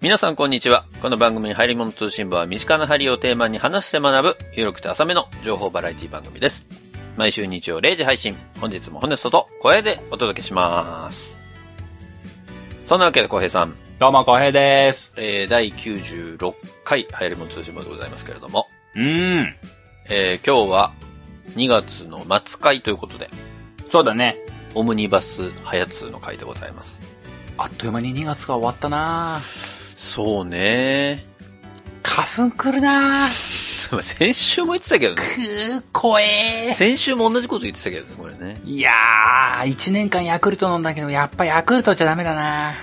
皆さんこんにちは。この番組、入り物通信部は身近な針をテーマに話して学ぶ、緩くて浅めの情報バラエティ番組です。毎週日曜0時配信、本日もホネストと声でお届けします。そんなわけで、小平さん、どうも、こへいです。えー、第96回、入り物通信部でございますけれども、うーん。えー、今日は2月の末回ということで、そうだね。オムニバス早通の回でございます。あっという間に2月が終わったなそうね花粉来るな 先週も言ってたけどね。くー、怖え先週も同じこと言ってたけどね、これね。いやー、1年間ヤクルト飲んだけど、やっぱヤクルトじゃダメだな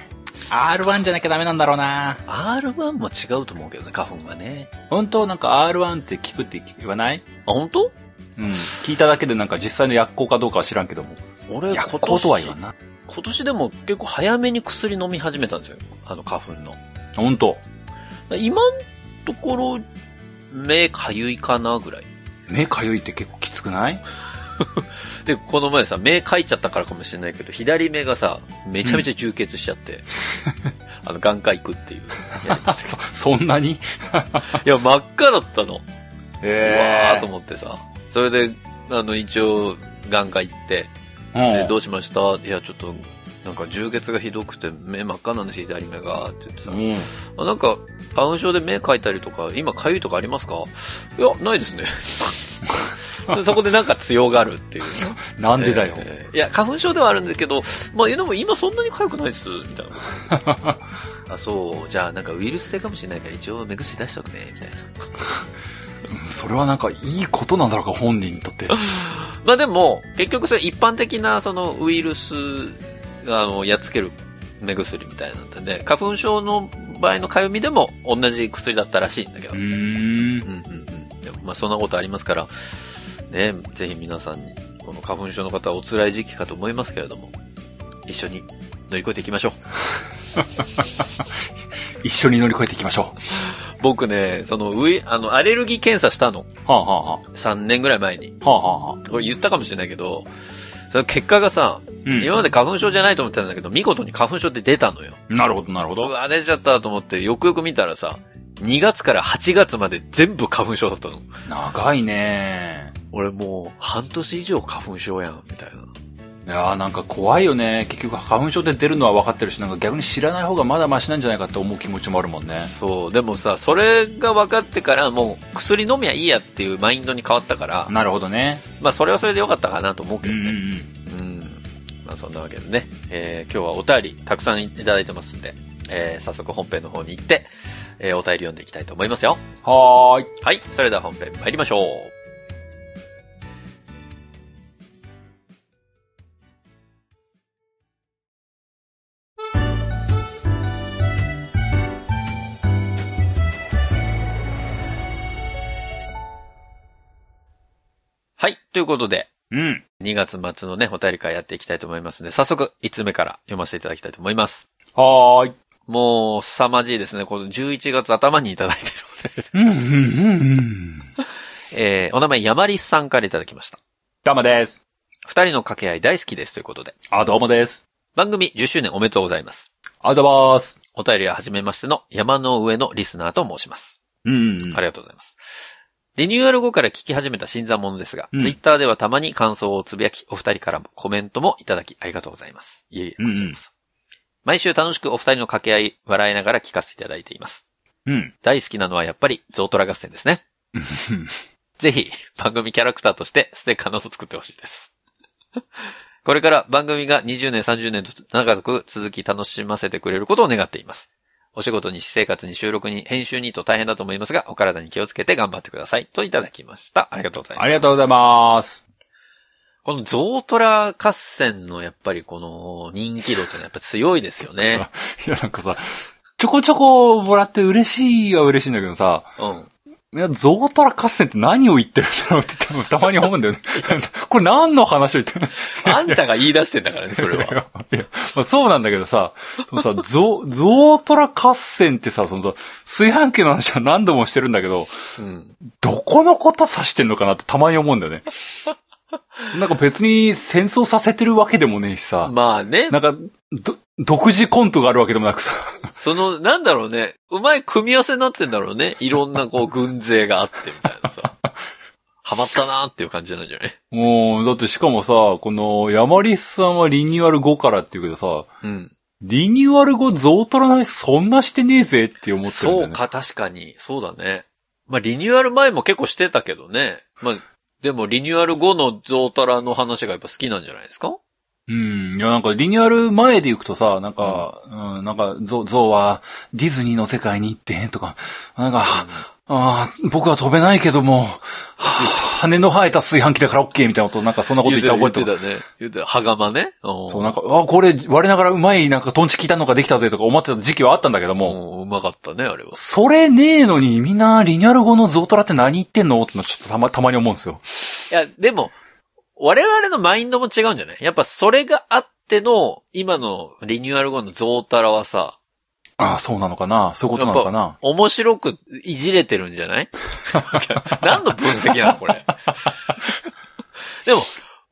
R1 じゃなきゃダメなんだろうな R1 も違うと思うけどね、花粉はね。本当なんか R1 って聞くって言わないあ、本当？うん。聞いただけでなんか実際の薬効かどうかは知らんけども。俺、今薬効年、とは言わんな。今年でも結構早めに薬飲み始めたんですよ。あの花粉の。本当今んところ、目かゆいかなぐらい。目かゆいって結構きつくないで、この前さ、目かいちゃったからかもしれないけど、左目がさ、めちゃめちゃ充血しちゃって、 あの、眼科行くっていう。やりましたけどそんな にいや、真っ赤だったの。うわーとー思ってさ。それで、あの、一応、眼科行って、で、どうしましたいや、ちょっと、なんか充血がひどくて目真っ赤なんです、左目が。って言ってさう。ん。うん。あなんか、花粉症で目描いたりとか、今痒いとかありますかいや、ないですね。 でそこでなんか強がるっていう。なんでだよ。えーいや、花粉症ではあるんですけど、まあ、でも今そんなに痒くないです、みたい な。あ、そう。じゃあ、なんかウイルス性かもしれないから一応目薬出しとくね、みたいな。それはなんかいいことなんだろうか、本人にとって。まあでも、結局それ一般的なそのウイルス、あの、やっつける目薬みたいなんでね、花粉症の場合のかゆみでも同じ薬だったらしいんだけど。ううんーん。うんうん。でもまあそんなことありますから、ね、ぜひ皆さんに、この花粉症の方はお辛い時期かと思いますけれども、一緒に乗り越えていきましょう。一緒に乗り越えていきましょ僕ね、そのウイ、あの、アレルギー検査したの。う。はあ、はあは3年ぐらい前に。あ、はあはあはあ、これ言ったかもしれないけど、その結果がさ、うん今まで花粉症じゃないと思ってたんだけど、見事に花粉症って出たのよ。なるほど、なるほうど。わ、出ちゃったと思って、よくよく見たらさ、2月から8月まで全部花粉症だったの。長いね俺もう、半年以上花粉症やん、みたいな。いやーなんか怖いよね。結局花粉症で出るのは分かってるし、なんか逆に知らない方がまだマシなんじゃないかって思う気持ちもあるもんね。そう、でもさ、それが分かってから、もう、薬飲みゃいいやっていうマインドに変わったから、なるほどね。まあ、それはそれでよかったかなと思うけうんどうんうね。ん。うん。まあ、そんなわけでね、えー今日はお便りたくさんいただいてますんで、えー早速本編の方に行って、えーお便り読んでいきたいと思いますよ。はーい。はい、それでは本編参りましょう。はい、ということで、うん。 2月末のね、お便り会やっていきたいと思いますので、早速、5つ目から読ませていただきたいと思います。はーい。もう、凄まじいですね。この11月頭にいただいてるお便りです。うんうんうんうん。えー、お名前、山りさんからいただきました。どうもです。二人の掛け合い大好きですということで、あ、どうもです。番組10周年おめでとうございます。あ、どうもーす。お便りは初めましての山の上のリスナーと申します。うんうん。ありがとうございます。リニューアル後から聞き始めた新参者ですが、うんツイッターではたまに感想をつぶやき、お二人からもコメントもいただきありがとうございます。いえいえ、こちらこそ毎週楽しくお二人の掛け合い、笑いながら聞かせていただいています。うん。大好きなのはやっぱりゾウトラ合戦です ね。ぜひ、番組キャラクターとしてステッカーなど作ってほしいです。これから番組が20年、30年と長く続き楽しませてくれることを願っています。お仕事に、私生活に、収録に、編集にと大変だと思いますが、お体に気をつけて頑張ってください。といただきました。ありがとうございまあす。りがとうございます。このゾウトラ合戦のやっぱりこの人気度ってのはやっぱ強いですよ ね。いや、なんかさ、ちょこちょこもらって嬉しいは嬉しいんだけどさ、うん。いや、ゾウトラ合戦って何を言ってるんだろうって多分たまに思うんだよね。 これ何の話を言ってるんあんたが言い出してんだからね、それ だは。よ。いやまあ、そうなんだけどさ、そのさ、ゾウ、ゾウトラ合戦ってさ、そのさ、炊飯器の話は何度もしてるんだけど、うん。どこのこと指してんのかなってたまに思うんだよね。なんか別に戦争させてるわけでもねえしさ、まあね。なんか、ど、独自コントがあるわけでもなくさ。その、なんだろうね。うまい組み合わせになってんだろうね。いろんなこう、軍勢があってみたいな さ。ハマったなーっていう感じなんじゃないもう、だってしかもさ、この、山リスさんはリニューアル後からっていうけどさ、うん。リニューアル後ゾウトラの話そんなしてねえぜって思ってそるんだようね。か、確かに。そうだね。まあ、リニューアル前も結構してたけどね。まあ、でもリニューアル後のゾウタラの話がやっぱ好きなんじゃない ですかうん。いや、なんか、リニューアル前で行くとさ、なんか、うん、なんか、ゾ、ゾウは、ディズニーの世界に行って、とか、なんか、あー僕は飛べないけども、はあ羽の生えた炊飯器だからオッケーみたいなこと、なんかそんなこと言った覚え言てっる。てたね。言ってた。はがまね。うんそう、なんか、あ、これ、我ながらうまい、なんか、トンチ効いたのができたぜとか思ってた時期はあったんだけども、うんうまかったね、あれは。それねえのに、みんな、リニューアル後のゾウトラって何言ってんのってのはちょっとたま、たまに思うんですよ。いや、でも、我々のマインドも違うんじゃないやっぱそれがあっての、今のリニューアル後のゾウタラはさ、ああ、そうなのかなそういうことなのかな面白くいじれてるんじゃない 何の分析なのこれ。 でも、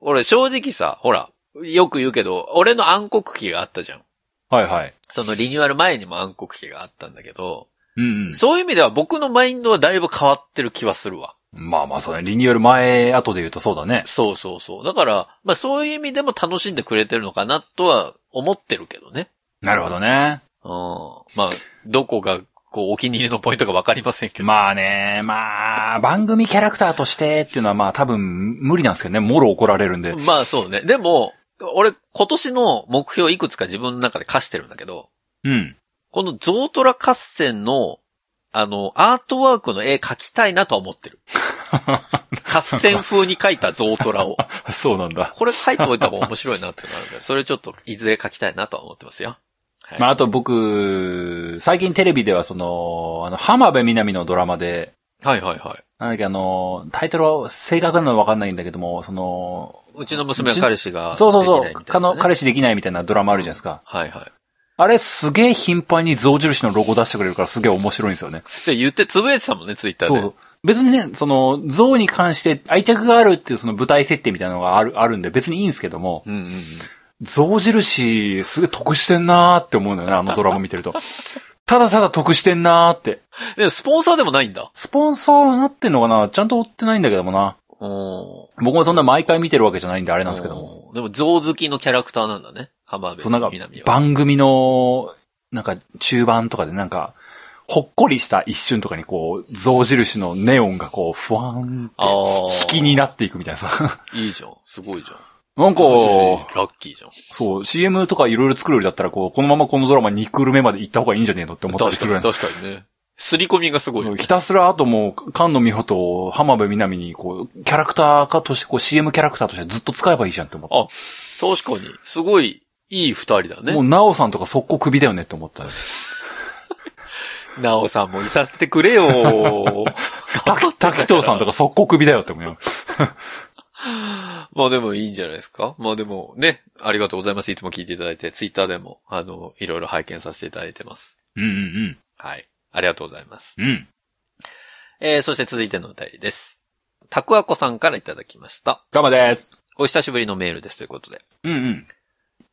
俺正直さ、ほら、よく言うけど、俺の暗黒期があったじゃん。はいはい。そのリニューアル前にも暗黒期があったんだけど、うんうん。そういう意味では僕のマインドはだいぶ変わってる気はするわ。まあまあ、そうね。リニューアル前、後で言うとそうだね。そうそうそう。だから、まあそういう意味でも楽しんでくれてるのかなとは思ってるけどね。なるほどね。うん。まあ、どこが、こう、お気に入りのポイントかわかりませんけど。まあね、まあ、番組キャラクターとしてっていうのはまあ多分無理なんですけどね。もろ怒られるんで。まあそうね。でも、俺、今年の目標いくつか自分の中で課してるんだけど、うん。このゾウトラ合戦の、あの、アートワークの絵描きたいなとは思ってる。 合戦風に描いたゾウトラを。そうなんだ。これ描いておいた方が面白いなっていうのがあるんで、それちょっといずれ描きたいなとは思ってますよ。はい。まああと僕、最近テレビではその、あの、浜辺美波のドラマで、はいはいはい。なんだっけあの、タイトルは正確なのはわかんないんだけども、その、うちの娘は彼氏が、そうそうそう、できないみたかいなねの彼氏できないみたいなドラマあるじゃないですか。はいはい。あれすげえ頻繁に象印のロゴ出してくれるからすげえ面白いんですよね。それ言って、つぶえてたもんね、ツイッターで。そう。別にね、その、像に関して愛着があるっていうその舞台設定みたいなのがある、あるんで別にいいんですけども、うんうんうん。像印すげえ得してんなーって思うんだよね、あのドラマ見てると。ただただ得してんなーって。でも、スポンサーでもないんだ。スポンサーになってんのかなちゃんと追ってないんだけどもな。お僕もそんな毎回見てるわけじゃないんであれーなんですけども。おーでも、象好きのキャラクターなんだね。浜辺。そうなんか南は。番組の、なんか中盤とかでなんか、ほっこりした一瞬とかにこう、象印のネオンがこう、ふわーんってあー、引きになっていくみたい なさ。いいじゃん。すごいじゃん。なんか、ラッキーじゃん。そう、CM とかいろいろ作るよりだったら、こう、このままこのドラマ2クール目まで行った方がいいんじゃねえのって思ったり確すかるぐに、らい。確かにね。刷り込みがすごいよね。ひたすら、あともう、菅野美穂と浜辺美波に、こう、キャラクター化として、こう、CM キャラクターとしてずっと使えばいいじゃんって思った。確かに、すごい、いい二人だもう、ね。なおさんとか速攻首だよねって思ったよ。なおさんもいさせてくれよ 滝、滝藤さんとか速攻首だよって思うよ。まあでもいいんじゃないですかまあでもね、ありがとうございます。いつも聞いていただいて、ツイッターでも、あの、いろいろ拝見させていただいてます。うんうんはい。ありがとうございます。うん。うん。えー、そして続いてのお便りです。たくあこさんからいただきました。ガマです。お久しぶりのメールですということで。うんうん。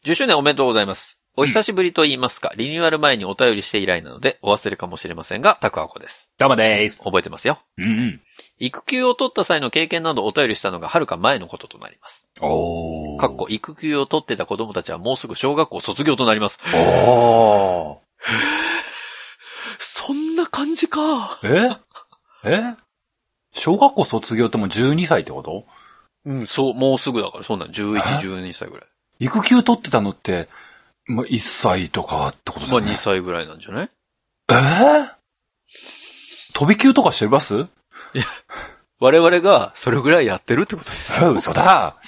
10周年おめでとうございます。お久しぶりと言いますか、リニューアル前にお便りして以来なので、お忘れかもしれませんが、たくあこです。ガマです。覚えてますよ。うんうん。育休を取った際の経験などお便りしたのがはるか前のこととなります。おー。かっこ、育休を取ってた子供たちはもうすぐ小学校卒業となります。おそんな感じか。ー。ええ小学校卒業ってもう12歳ってことうん、そう、もうすぐだから、そんなん、11、12歳ぐらい。育休取ってたのって、まあ、1歳とかってことだまあよね2。歳ぐらいなんじゃないえー飛び級とかしてます我々がそれぐらいやってるってことですよ。そ嘘だ。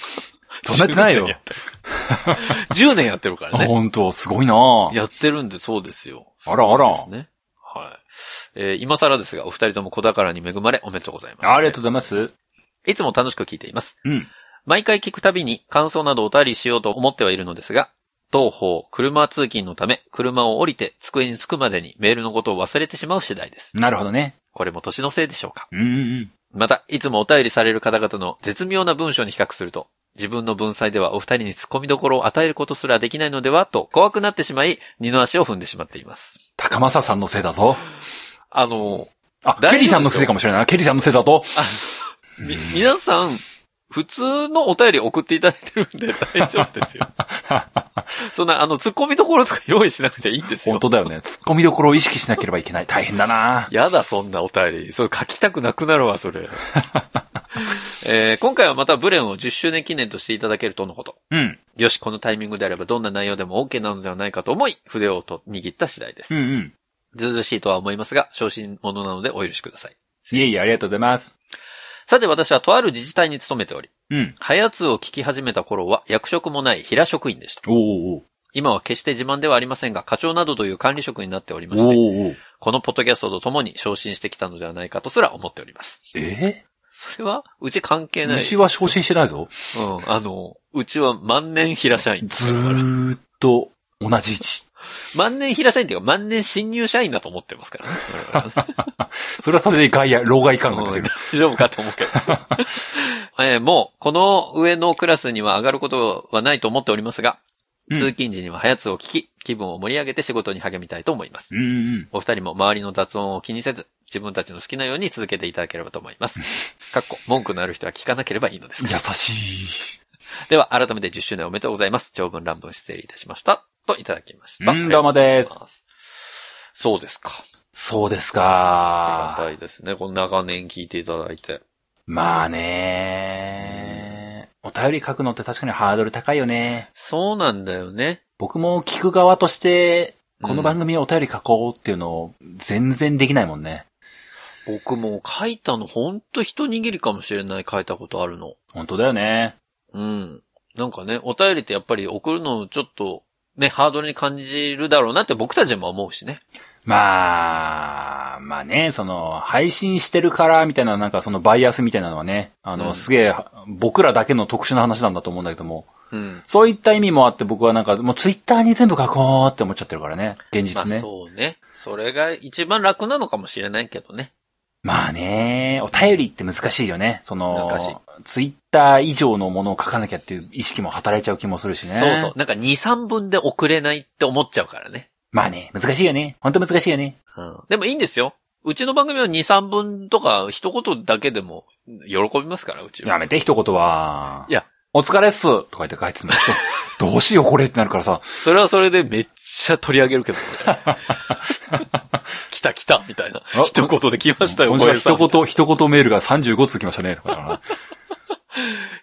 そんなやってないよ。 10年やってるからね。本当すごいなやってるんでそうですよ。あらあらそうですね。はい。えー今更ですが、お二人とも子宝に恵まれおめでとうございます。ありがとうございます。いつも楽しく聞いています。うん。毎回聞くたびに感想などお便りしようと思ってはいるのですが、当方、車通勤のため、車を降りて机に着くまでにメールのことを忘れてしまう次第です。なるほどね。これも年のせいでしょうか。うんうんうん。また、いつもお便りされる方々の絶妙な文章に比較すると、自分の文才ではお二人に突っ込みどころを与えることすらできないのではと怖くなってしまい、二の足を踏んでしまっています。高政さんのせいだぞ。あの、あ、大丈夫ですよケリーさんのせいかもしれない。ケリーさんのせいだと。み、皆さん、普通のお便り送っていただいてるん で大丈夫ですよ。そんな、あの、突っ込みどころとか用意しなくていいんですよ 本。当だよね。突っ込みどころを意識しなければいけない。大変だなやだ、そんなお便り。それ書きたくなくなるわ、そ れ。えー今回はまたブレンを10周年記念としていただけるとのこと。うん。よし、このタイミングであればどんな内容でも OK なのではないかと思い、筆をと握った次第ですうん。うん。ずうずうしいとは思いますが、昇進者なのでお許しください。いえいえ、ありがとうございます。さて私はとある自治体に勤めており、うん。ハヤツーを聞き始めた頃は役職もない平職員でした。おーお今は決して自慢ではありませんが、課長などという管理職になっておりーまおしーて、おーこのポッドキャストと共に昇進してきたのではないかとすら思っております。えそれは、うち関係ない。うちは昇進してないぞ。うん、あの、うちは万年平社 員。ずーっと同じ位置。万年平社員っていうか万年新入社員だと思ってますからね。我々はねそれはそれで外野、老害感が出てうん る。大丈夫かと思うけど。えーもう、この上のクラスには上がることはないと思っておりますが、うん通勤時には早津を聞き、気分を盛り上げて仕事に励みたいと思います。うんうん。お二人も周りの雑音を気にせず、自分たちの好きなように続けていただければと思います。 かっこ、文句のある人は聞かなければいいのです優が。しでは、改めて10周年おめでとうございます。長文乱文失礼いたしました。といただきました。うんどうもでありがとすうございます。そうですか。い。そうですありがか。たいですね。この長年聞いていただいて。まあねお便り書くのって確かにハードル高いよね。そうなんだよね。僕も聞く側として、この組番組にお便り書こうっていうのを全然できないもんね。僕も書いたのほんと一握りかもしれない書いたことあるの。本当だよね。うん。なんかね、お便りってやっぱり送るのちょっと、ね、ハードルに感じるだろうなって僕たちも思うしね。まあ、まあね、その、配信してるから、みたいな、なんかそのバイアスみたいなのはね、あの、うんすげえ、僕らだけの特殊な話なんだと思うんだけども、うん。そういった意味もあって僕はなんか、もうツイッターに全部書こうって思っちゃってるからね、現ま実あね。そうね。それが一番楽なのかもしれないけどね。まあね、お便りって難しいよね。その難しい、ツイッター以上のものを書かなきゃっていう意識も働いちゃう気もするしね。そうそう。。なんか2、3分で送れないって思っちゃうからね。まあね、難しいよね。本当難しいよね。うん。でもいいんですよ。うちの番組は2、3分とか一言だけでも喜びますから、うちは。やめて、一言は。いや。お疲れっすとか言って書いてたの。 どうしようこれってなるからさ、それはそれでめっちゃ取り上げるけど、ね、来た来たみたいなあ。一言で来ましたよ、今週は小林さん一言、一言メールが35通来ましたね、とかだか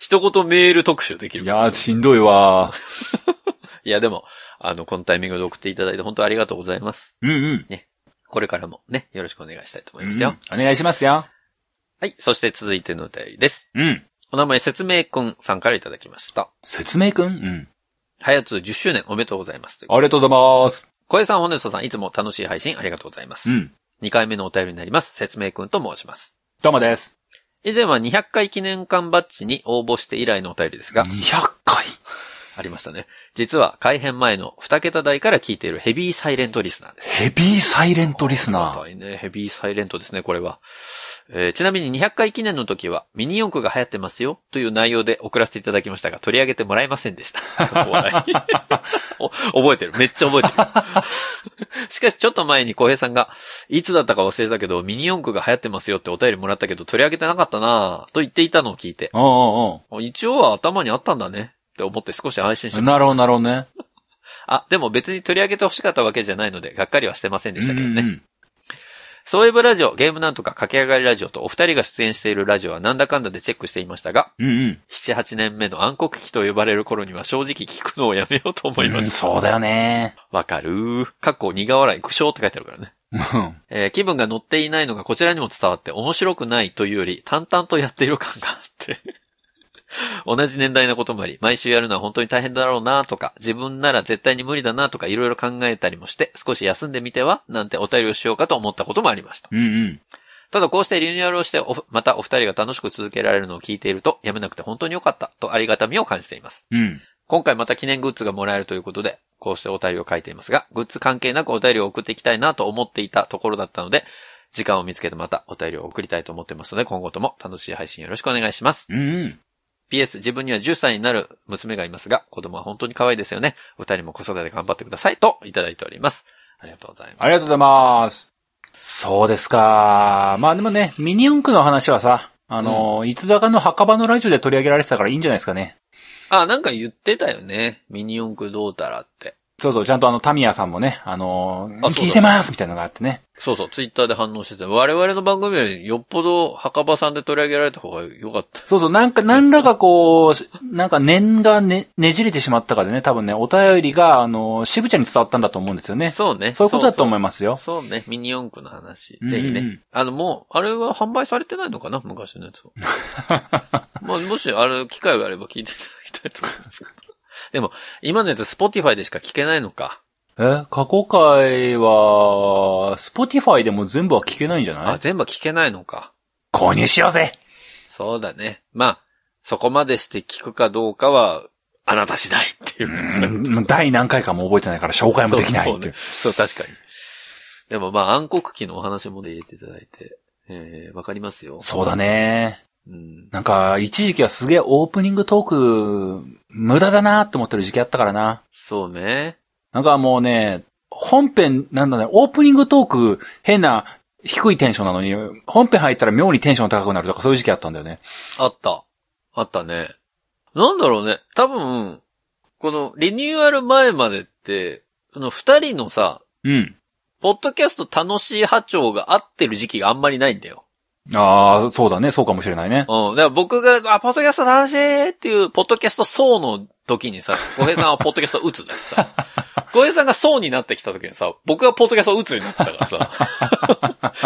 一言メール特集できら。る。いいや、やー、しんどいわでも、あの、このタイミングで送っていただいて本当ありがとうございます。ー。うんうん。これからもね、よろしくお願いしたいと思いますよ。お願いしますよ。はい。そして続いてのお便りです。うん。お名前、説明くんさんからいただきました。説明くんうん。はやつ10周年おめでとうございます。ありがとうございます。小江さん、ホネストさん、いつも楽しい配信ありがとうございます。ん。 2回目のお便りになります。説明くんと申します。どうもです。以前は200回記念館バッジに応募して以来のお便りですが、 200回。ありましたね。実は改編前の2桁台から聞いているヘビーサイレントリスナーです。ヘビーサイレントリスナありがー。たいね。ヘビーサイレントですね、これは。えーちなみに200回記念の時は、ミニ四駆が流行ってますよという内容で送らせていただきましたが、取り上げてもらえませんでした。 お笑いお覚えてる。めっちゃ覚えてる。 しかしちょっと前に浩平さんが、いつだったか忘れたけど、ミニ四駆が流行ってますよってお便りもらったけど、取り上げてなかったなぁと言っていたのを聞いて、おうんうん一応は頭にあったんだねって思って少し安心しまうしん。た。なるほど、なるほどね。あ、でも別に取り上げて欲しかったわけじゃないので、がっかりはしてませんでしたけどね。うんうんそういえばラジオ、ゲームなんとか駆け上がりラジオとお二人が出演しているラジオはなんだかんだでチェックしていましたが、うんうん。 7、8年目の暗黒期と呼ばれる頃には正直聞くのをやめようと思いまうんした。そうだよね。わ、かるー。かっこ苦笑い苦笑って書いてあるからね。うん。えー気分が乗っていないのがこちらにも伝わって面白くないというより淡々とやっている感があって。 同じ年代のこともあり、毎週やるのは本当に大変だろうなとか、自分なら絶対に無理だなとかいろいろ考えたりもして、少し休んでみてはなんてお便りをしようかと思ったこともありました。うんうん。ただこうしてリニューアルをしてお、またお二人が楽しく続けられるのを聞いていると、やめなくて本当に良かったとありがたみを感じています。うん。今回また記念グッズがもらえるということで、こうしてお便りを書いていますが、グッズ関係なくお便りを送っていきたいなと思っていたところだったので、時間を見つけてまたお便りを送りたいと思ってますので、今後とも楽しい配信よろしくお願いします。うんうん。 PS、自分には10歳になる娘がいますが、子供は本当に可愛いですよね。お二人も子育て頑張ってください。と、いただいております。ありがとうございます。ありがとうございます。そうですか。まあでもね、ミニ四駆の話はさ、あの、いつだかの墓場のラジオで取り上げられてたからいいんじゃないですかね。あ、なんか言ってたよね。ミニ四駆どうたらって。そうそう、ちゃんとあの、タミヤさんもね、あのあそうだ聞いてますみたいなのがあってね。そうそう、ツイッターで反応してて、我々の番組よりよっぽど墓場さんで取り上げられた方が良かった。そうそう、なんか、何らかこうし、なんか念がね、ねじれてしまったかでね、多分ね、お便りが、あの渋ちゃんに伝わったんだと思うんですよね。そうね。そういうことだと思いますよ。そうね、ミニ四駆の話。ぜひね。うんあの、もう、あれは販売されてないのかな昔のやつを。 まあ、もし、あれ、機会があれば聞いていただきたいと思いますけど。でも、今のやつ、スポティファイでしか聞けないのか。え、過去回は、Spotify でも全部は聞けないんじゃなあ、い全部聞けないのか。購入しようぜそうだね。まあ、そこまでして聞くかどうかは、あなた次第って いう感じだうん第何回かも覚えてないから紹介もできないそうっていう。そうねそう、確かに。でもまあ、暗黒期のお話も入れていただいて、えー、わかりますよ。そうだね。うん。なんか、一時期はすげえオープニングトーク、無駄だなって思ってる時期あったからな。そうね。なんかもうね、本編、なんだね、オープニングトーク、変な、低いテンションなのに、本編入ったら妙にテンション高くなるとかそういう時期あったんだよね。あった。あったね。なんだろうね。多分、このリニューアル前までって、その二人のさ、うん。ポッドキャスト楽しい波長が合ってる時期があんまりないんだよ。ああ、そうだね、そうかもしれないね。うん。だから僕が、あ、ポッドキャスト楽しいっていう、ポッドキャスト層の時にさ、小平さんはポッドキャスト打つだしさ。小平さんが層になってきた時にさ、僕がポッドキャスト打つになってたからさ。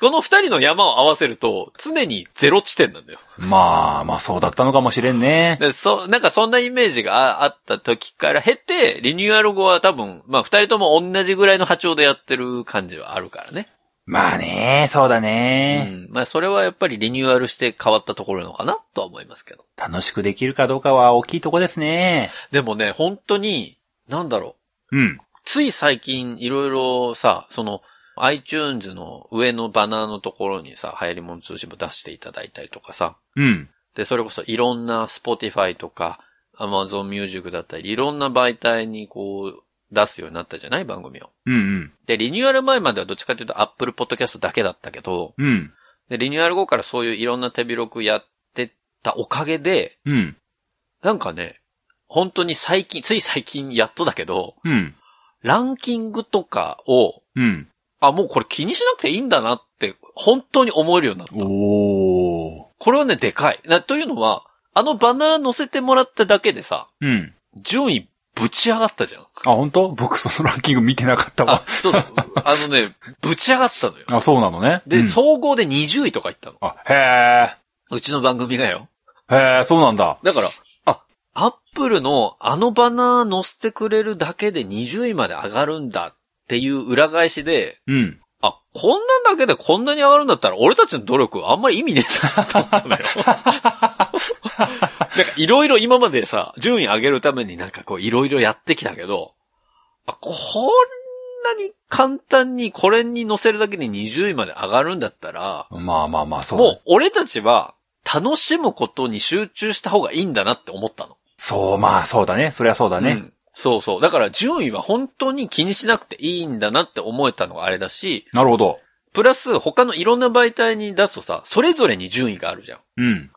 この二人の山を合わせると、常にゼロ地点なんだよ。まあ、まあそうだったのかもしれんね。で、そう、なんかそんなイメージがああった時から経て、リニューアル後は多分、まあ二人とも同じぐらいの波長でやってる感じはあるからね。まあね、そうだね。うん。まあそれはやっぱりリニューアルして変わったところなのかなとは思いますけど。楽しくできるかどうかは大きいとこですね。でもね、本当に、なんだろうん。う。つい最近いろいろさ、その、iTunes の上のバナーのところにさ、流行り物通信も出していただいたりとかさ、うん。で、それこそいろんな Spotify とか Amazon Music だったり、いろんな媒体にこう出すようになったじゃない番組を。うんうん。で、リニューアル前まではどっちかというと Apple Podcast だけだったけど、うん。で、リニューアル後からそういういろんな手広くやってたおかげで、うん。なんかね、本当に最近、つい最近やっとだけど、うん。ランキングとかを、うん。あ、もうこれ気にしなくていいんだなって、本当に思えるようになった。おー。これはね、でかい。な、というのは、あのバナー載せてもらっただけでさ、うん。順位ぶち上がったじゃん。あ、本当？ 僕そのランキング見てなかったあわ、。そう だ。あのね、ぶち上がったのよ。あ、そうなのね。で、うん総合で20位とかいったの。あ、へうちの番組がよ。え。へえ、そうなんだ。だから、あ、アップルのあのバナー載せてくれるだけで20位まで上がるんだっていう裏返しで、うん。あ、こんなんだけでこんなに上がるんだったら、俺たちの努力あんまり意味ねえなと思ったのよ。 なんかいろいろ今までさ、順位上げるためになんかこういろいろやってきたけど、あ、こんなに簡単にこれに乗せるだけで20位まで上がるんだったら、まあまあまあ、そう。もう俺たちは楽しむことに集中した方がいいんだなって思ったの。そう、まあそうだね。そりゃそうだうね。んそうそう。だから順位は本当に気にしなくていいんだなって思えたのがあれだし、なるほど。プラス他のいろんな媒体に出すとさ、それぞれに順位があるじゃん。うん。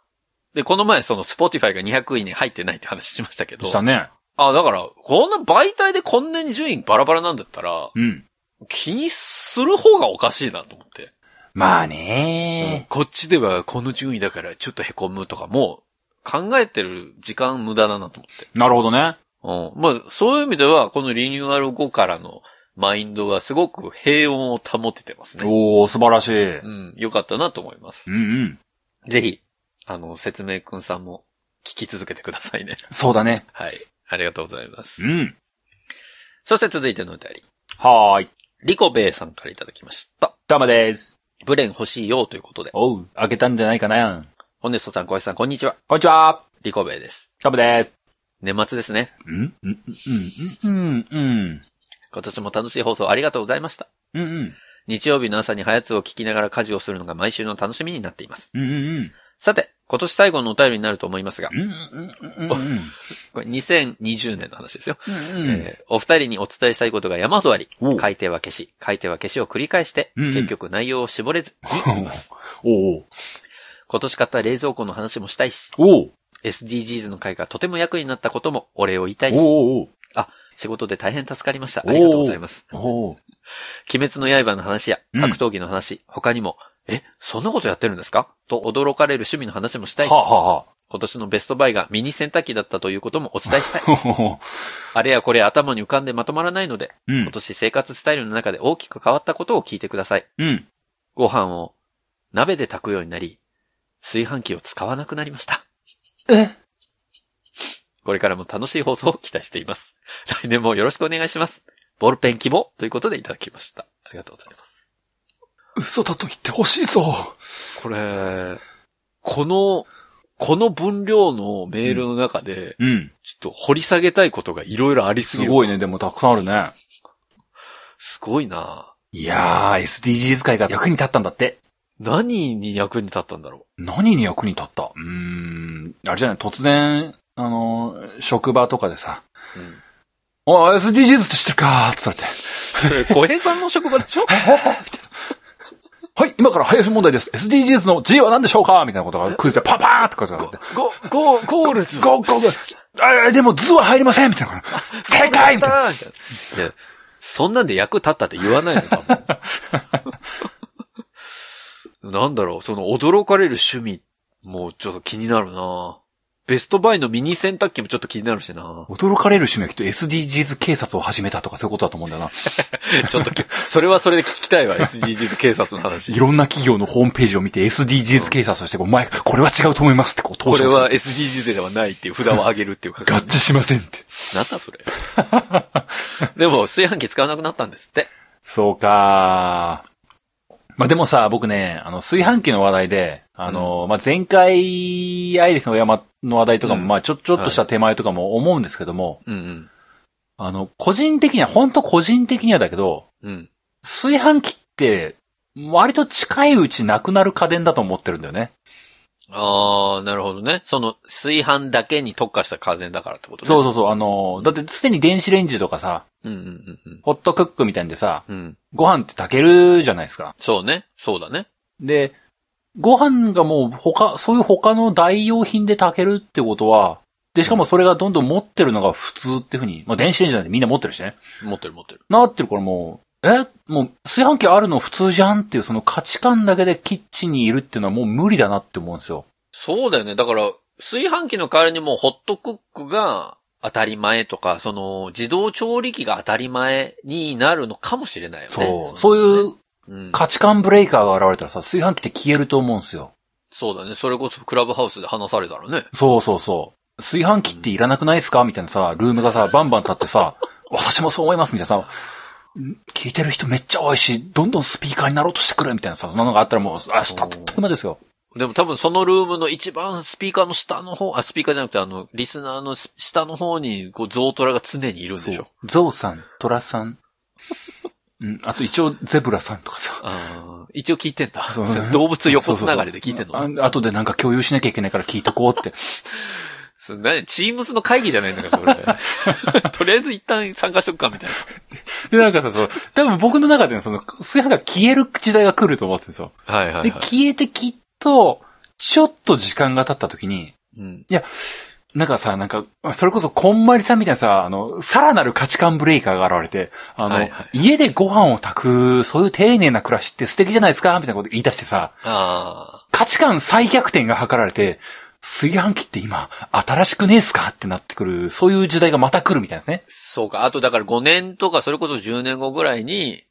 で、この前その Spotify が200位に入ってないって話しましたけど。したね。あ、だから、こんな媒体でこんなに順位バラバラなんだったら、うん。気にする方がおかしいなと思って。まあうんね。こっちではこの順位だからちょっと凹むとかも、考えてる時間無駄だなと思って。なるほどね。うん。まあ、そういう意味では、このリニューアル後からのマインドはすごく平穏を保ててますね。おー、素晴らしい。うん。よかったなと思いますうん。うん。ぜひ、あの、説明くんさんも聞き続けてくださいね。 そうだね。はい。ありがとうございます。うん。そして続いてのお便り。はーい。リコベイさんからいただきました。ダマです。ブレン欲しいよということで。おう、開けたんじゃないかな。ホネストさん、小林さん、こんにちは。こんにちは。リコベイです。ダムです。年末ですね。んんんうんうん。今年も楽しい放送ありがとうございました。うんうん。日曜日の朝にハヤツを聞きながら家事をするのが毎週の楽しみになっています。うんうん。さて、今年最後のお便りになると思いますが、うん、うん、うん、うん。これ2020年の話ですよ。うん、うん。えーお二人にお伝えしたいことが山ほどあり、おう書いては消し、書いては消しを繰り返して、うんうん結局内容を絞れずに います。おう今年買った冷蔵庫の話もしたいし、おう SDGs の会がとても役になったこともお礼を言いたいし、おう仕事で大変助かりました。おありがとうございます。おう鬼滅の刃の話やうん格闘技の話、他にも、え、そんなことやってるんですかと驚かれる趣味の話もしたはいあ、。はあは。今年のベストバイがミニ洗濯機だったということもお伝えしたい あ、あれやこれや頭に浮かんでまとまらないので、う今ん、年生活スタイルの中で大きく変わったことを聞いてください。うん。ご飯を鍋で炊くようになり、炊飯器を使わなくなりました。えこれからも楽しい放送を期待しています。来年もよろしくお願いします。ボールペン希望ということでいただきました。ありがとうございま嘘だと言ってほしいぞ。す。これ、この、この分量のメールの中で、うん。ちょっと掘り下げたいことがいろいろありすぎする。ごい。ね、でもたくさんあるね。すごいな。いやー、SDGs 会が役に立ったんだって。何に役に立ったんだろ何に役に立ったうーん。あれじゃない、突然、あのー、職場とかでさ、う。うん。あ、SDGs って知ってるかーって言われて。それ、小平さんの職場で しょはい、今から林問題です。SDGs の G は何でしょうかみたいなことがクイズでパンパーンって書いてあって。ゴ、ゴ、ゴール ズ。ゴーゴーゴーあでも図は入りませんみたい な。正解みたいな。な。いやそんなんで役立ったって言わないの多 分。なんだろう、その驚かれる趣味もちょっと気になるなベストバイのミニ洗濯機もちょっと気になるしな驚かれる種の人 SDGs 警察を始めたとかそういうことだと思うんだよな。ちょっとき、それはそれで聞きたいわ、SDGs 警察の 話い。ろんな企業のホームページを見て SDGs 警察としてこう、前、これは違うと思いますってこう、投これ資をすはる。 SDGs ではないっていう札を上げるっていうか、合致しませんって。なんだそれ。でも、炊飯器使わなくなったんですって。そうかまあ、でもさ、僕ね、あの、炊飯器の話題で、あの、まあ、前回、アイリスの山の話題とかも、うんまあ、ちょ、ちょっとした手前とかも思うんですけども、うんあの、個人的には、本当個人的にはだけど、うん。うん。炊飯器って、割と近いうちなくなる家電だと思ってるんだよね。あー、なるほどね。その、炊飯だけに特化した家電だからってことね。そうそうそう、あの、だってすでに電子レンジとかさ、うんうんうんホットクックみたいんでさ、うん。うん。ご飯って炊けるじゃないですか。そうね。そうだね。で、ご飯がもう他、そういう他の代用品で炊けるってことは、で、しかもそれがどんどん持ってるのが普通っていうふうに、まあ電子レンジなんてみんな持ってるしね。持ってる持ってる。なってるからもう、えもう炊飯器あるの普通じゃんっていうその価値観だけでキッチンにいるっていうのはもう無理だなって思うんですよ。そうだよね。だから、炊飯器の代わりにもうホットクックが当たり前とか、その、自動調理器が当たり前になるのかもしれないよね。そう。そういうう。うん。価値観ブレイカーが現れたらさ、炊飯器って消えると思うんですよ。そうだね。それこそクラブハウスで話されたらね。そうそうそう。炊飯器っていらなくないですかみたいなさ、ルームがさ、バンバン立ってさ、私もそう思いますみたいなさ、ん聞いてる人めっちゃ多いし、どんどんスピーカーになろうとしてくるみたいなさ、そんなのがあったらもう、あ、したったったまですよ。でも多分そのルームの一番スピーカーの下の方、あ、スピーカーじゃなくてあの、リスナーの下の方に、こう、ゾウトラが常にいるんでしょ。ゾウさん、トラさん、うん、あと一応ゼブラさんとかさ。あー一応聞いてんだそう。 動物横つながりで聞いてんのそうそうそうあ後でなんか共有しなきゃいけないから聞いとこうって。それ何チームスの会議じゃないんだから、そ れ。とりあえず一旦参加しとくか、みたいな。で、なんかさ、そう、多分僕の中でのその、炊飯が消える時代が来ると思ってるんですよ。はいはで、消えてきっと、ちょっと時間が経った時に、うん。なんかさ、なんか、それこそ、こんまりさんみたいなさ、あの、さらなる価値観ブレイカーが現れて、あの、はいはい家でご飯を炊く、そういう丁寧な暮らしって素敵じゃないですかみたいなこと言い出してさ、あ価値観再逆転が図られて、炊飯器って今、新しくねえっすかってなってくる、そういう時代がまた来るみたいですねー。そうか。あとだから5年とか、それこそ10年後ぐらいに、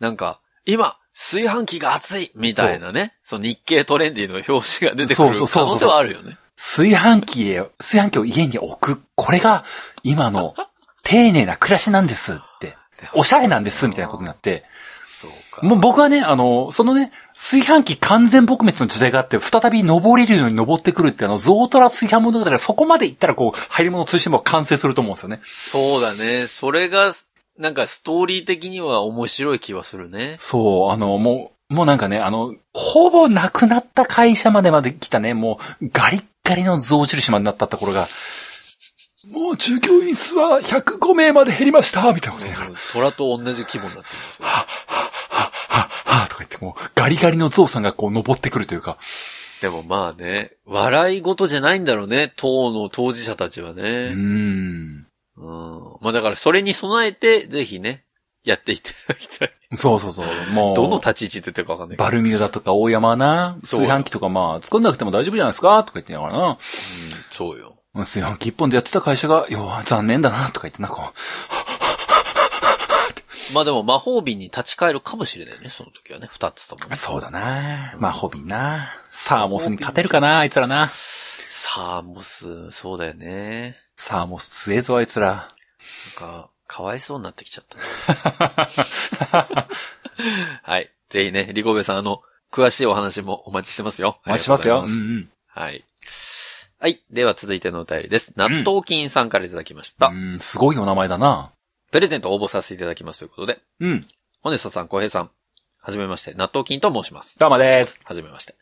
なんか、今、炊飯器が熱いみたいなね。そう、日経トレンディの表紙が出てくそうるそう可そうそう能性はあるよね。炊飯器へ、炊飯器を家に置く、これが、今の、丁寧な暮らしなんです って、おしゃれなんです、みたいなことになって、そうか。もう僕はね、あの、そのね、炊飯器完全撲滅の時代があって、再び登れるように登ってくるって、あの、ゾウトラ炊飯物語がそこまで行ったら、こう、入り物通信も完成すると思うんですよね。そうだね。それが、なんかストーリー的には面白い気はするね。そう、あの、もう、もうなんかね、あの、ほぼなくなった会社までまで来たね、もうガリッガリの象印までなったところが、もう従業員数は105名まで減りましたみたいなこと言いながら、虎と同じ規模になってますよ。はっはっはっはっはとか言って、もうガリガリの象さんがこう登ってくるというか、でもまあね、笑い事じゃないんだろうね、当の当事者たちはうーね。ん。うん。まあだからそれに備えて、ぜひね、やっていただきたい。そうそうそう、もう。どの立ち位置で言ってるかわかんないけど。バルミューダとか大山な、そう炊飯器とかまあ、作んなくても大丈夫じゃないですかとか言ってながらな、うん、そうよ。炊飯器一本でやってた会社が、よわ、残念だな、とか言ってなんか、まあでも魔法瓶に立ち返るかもしれないね、その時はね、二つともね。そうだな、まあ、ホビーな、サーモスに勝てるかな、あいつらな。サーモス、そうだよね。サーモス強えぞ、あいつ ら。なんか、かわいそうになってきちゃったね。 はい。ぜひね、リコベさん、あの、詳しいお話もお待ちしてますよ。お待ちしますよ。あうりんがうとうございん。ますはい。はい。では続いてのお便りです。納豆菌さんからいただきました。うん、すごいお名前だな。プレゼントを応募させていただきますということで、うん。ホネストさん、コヘイさん、はじめまして、納豆菌と申します。どうもです。はじめまして。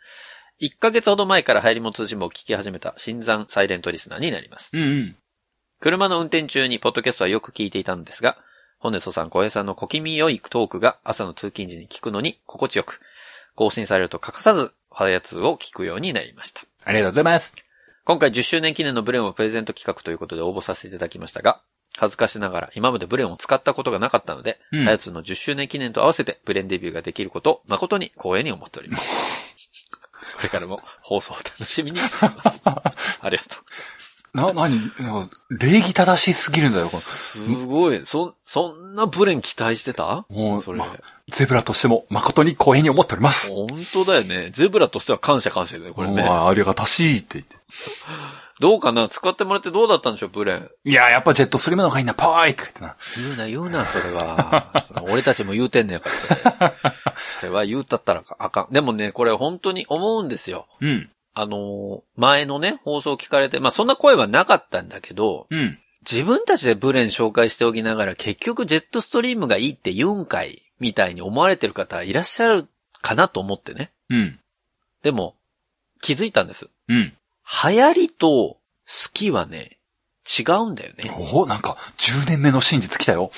1ヶ月ほど前から流行りも通信も聞き始めた新参サイレントリスナーになります。うんうん。車の運転中にポッドキャストはよく聞いていたんですが、ホネソさん、小平さんの小気味良いトークが朝の通勤時に聞くのに心地よく、更新されると欠かさず、肌やつを聞くようになりました。ありがとうございます。今回10周年記念のブレオンをプレゼント企画ということで応募させていただきましたが、恥ずかしながら今までブレオンを使ったことがなかったので、うんハヤツの10周年記念と合わせてブレンデビューができることを誠に光栄に思っており ます。これからも放送を楽しみにしてい ます。ありがとうございます。な、なに、なんか礼儀正しすぎるんだよ、こすごい。そ、そんなブレン期待してたの。も、そうれ。まあ、ゼブラとしても誠に光栄に思っております。本当だよね。ゼブラとしては感謝感謝だよね、これうんね。あありがたしいって言って。どうかな使ってもらってどうだったんでしょう、ブレン。いや、やっぱジェットスリムの方がいいな、ぽーいって言ってな。言うな、言うな、それ は。それ俺たちも言うてんねやから。それは言うたったらあかん。でもね、これ本当に思うんですよ。うん。あのー前のね、放送聞かれて、まあそんな声はなかったんだけど、うん。自分たちでブレン紹介しておきながら、結局ジェットストリームがいいって言うんかい、みたいに思われてる方いらっしゃるかなと思ってね。うん。でも、気づいたんです。うん。流行りと好きはね、違うんだよね。おおなんか、10年目の真実来たよ。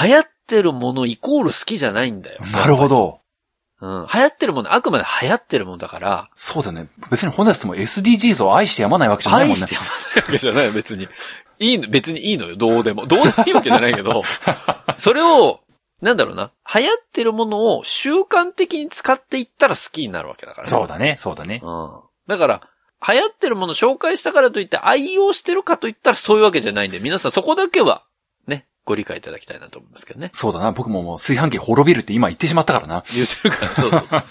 流行ってるものイコール好きじゃないんだよ。なるほど。うん。流行ってるもの、あくまで流行ってるものだから、そうだね。別に本日も SDGs を愛してやまないわけじゃない愛もんしねて。やまないわけじゃないよ、別に。いいの、別にいいのよ、どうでも。どうでもいいわけじゃないけ ど、それを、なんだろうな、流行ってるものを習慣的に使っていったら好きになるわけだから、そうだね。そうだね。うん。だから、流行ってるものを紹介したからといって愛用してるかといったらそういうわけじゃないんで、皆さんそこだけは、ね、ご理解いただきたいなと思いますけど ね。そうだな。僕ももう炊飯器滅びるって今言ってしまったからな。言ってるから、そうそうそう。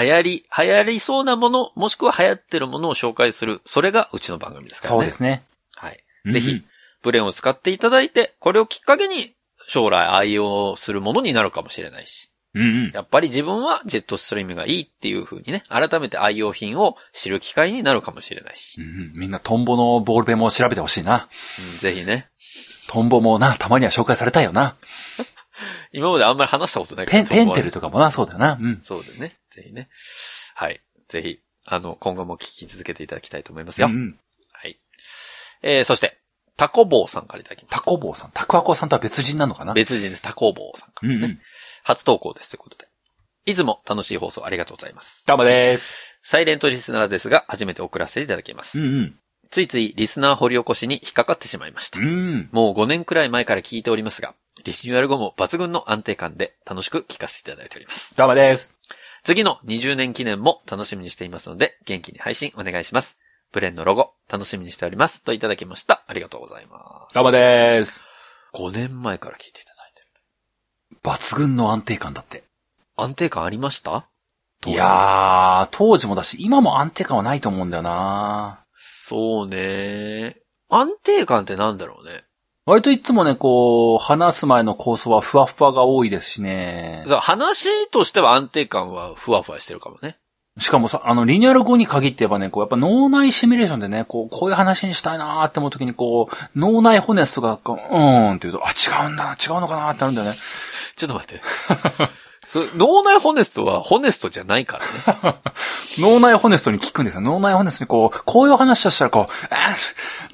流行り、流行りそうなもの、もしくは流行ってるものを紹介する。それがうちの番組ですからね。そうで。すね。はい。うんぜひ。、ブレンを使っていただいて、これをきっかけに、将来愛用するものになるかもしれないし。うんうん。やっぱり自分はジェットストリームがいいっていう風にね、改めて愛用品を知る機会になるかもしれないしう。んうんみんなトンボのボールペンも調べてほしいな。うんぜひね。トンボもな、たまには紹介されたいよな。今まであんまり話したことないかペらン、ペンテル。とかもな、そうだよな。うん。そうだよね。ぜひね。はい。ぜひ、あの、今後も聞き続けていただきたいと思いますよ。うんうんはい。えー、そして、タコ坊さんからいただきましタコ坊さん、タクアコさんとは別人なのかた。な別人です。タコ坊さんかうらんうですね。ん。初投稿ですということで。いつも楽しい放送ありがとうございます。どうもです。サイレントリスナーですが、初めて送らせていただきまうす。んついついリスナー掘り起こしに引っかかってしまいましたうん。う。ん。もう5年くらい前から聞いておりますが、リニューアル後も抜群の安定感で楽しく聞かせていただいております。どうもです。次の20年記念も楽しみにしていますので、元気に配信お願いします。ブレンのロゴ、楽しみにしております。といただきました。ありがとうございます。どうもです。 5年前から聞いていただいてる。抜群の安定感だって。安定感ありましたいやー、当時もだし、今も安定感はないと思うんだよなそうね。安定感ってなんだろうね。割といつもね、こう、話す前の構想はふわふわが多いですしね。そう話としては安定感はふわふわしてるかもね。しかもさ、あの、リニューアル後に限って言えばね、こう、やっぱ脳内シミュレーションでね、こう、こういう話にしたいなーって思う時に、こう、脳内ホ ネスとか、こううーんって言うと、あ、違うんだ、違うのかなーってなるんだよね。ちょっと待って。それ脳内ホネストはホネストじゃないからね。脳内ホネストに聞くんですよ。脳内ホネストにこう、こういう話をしたらこう、あ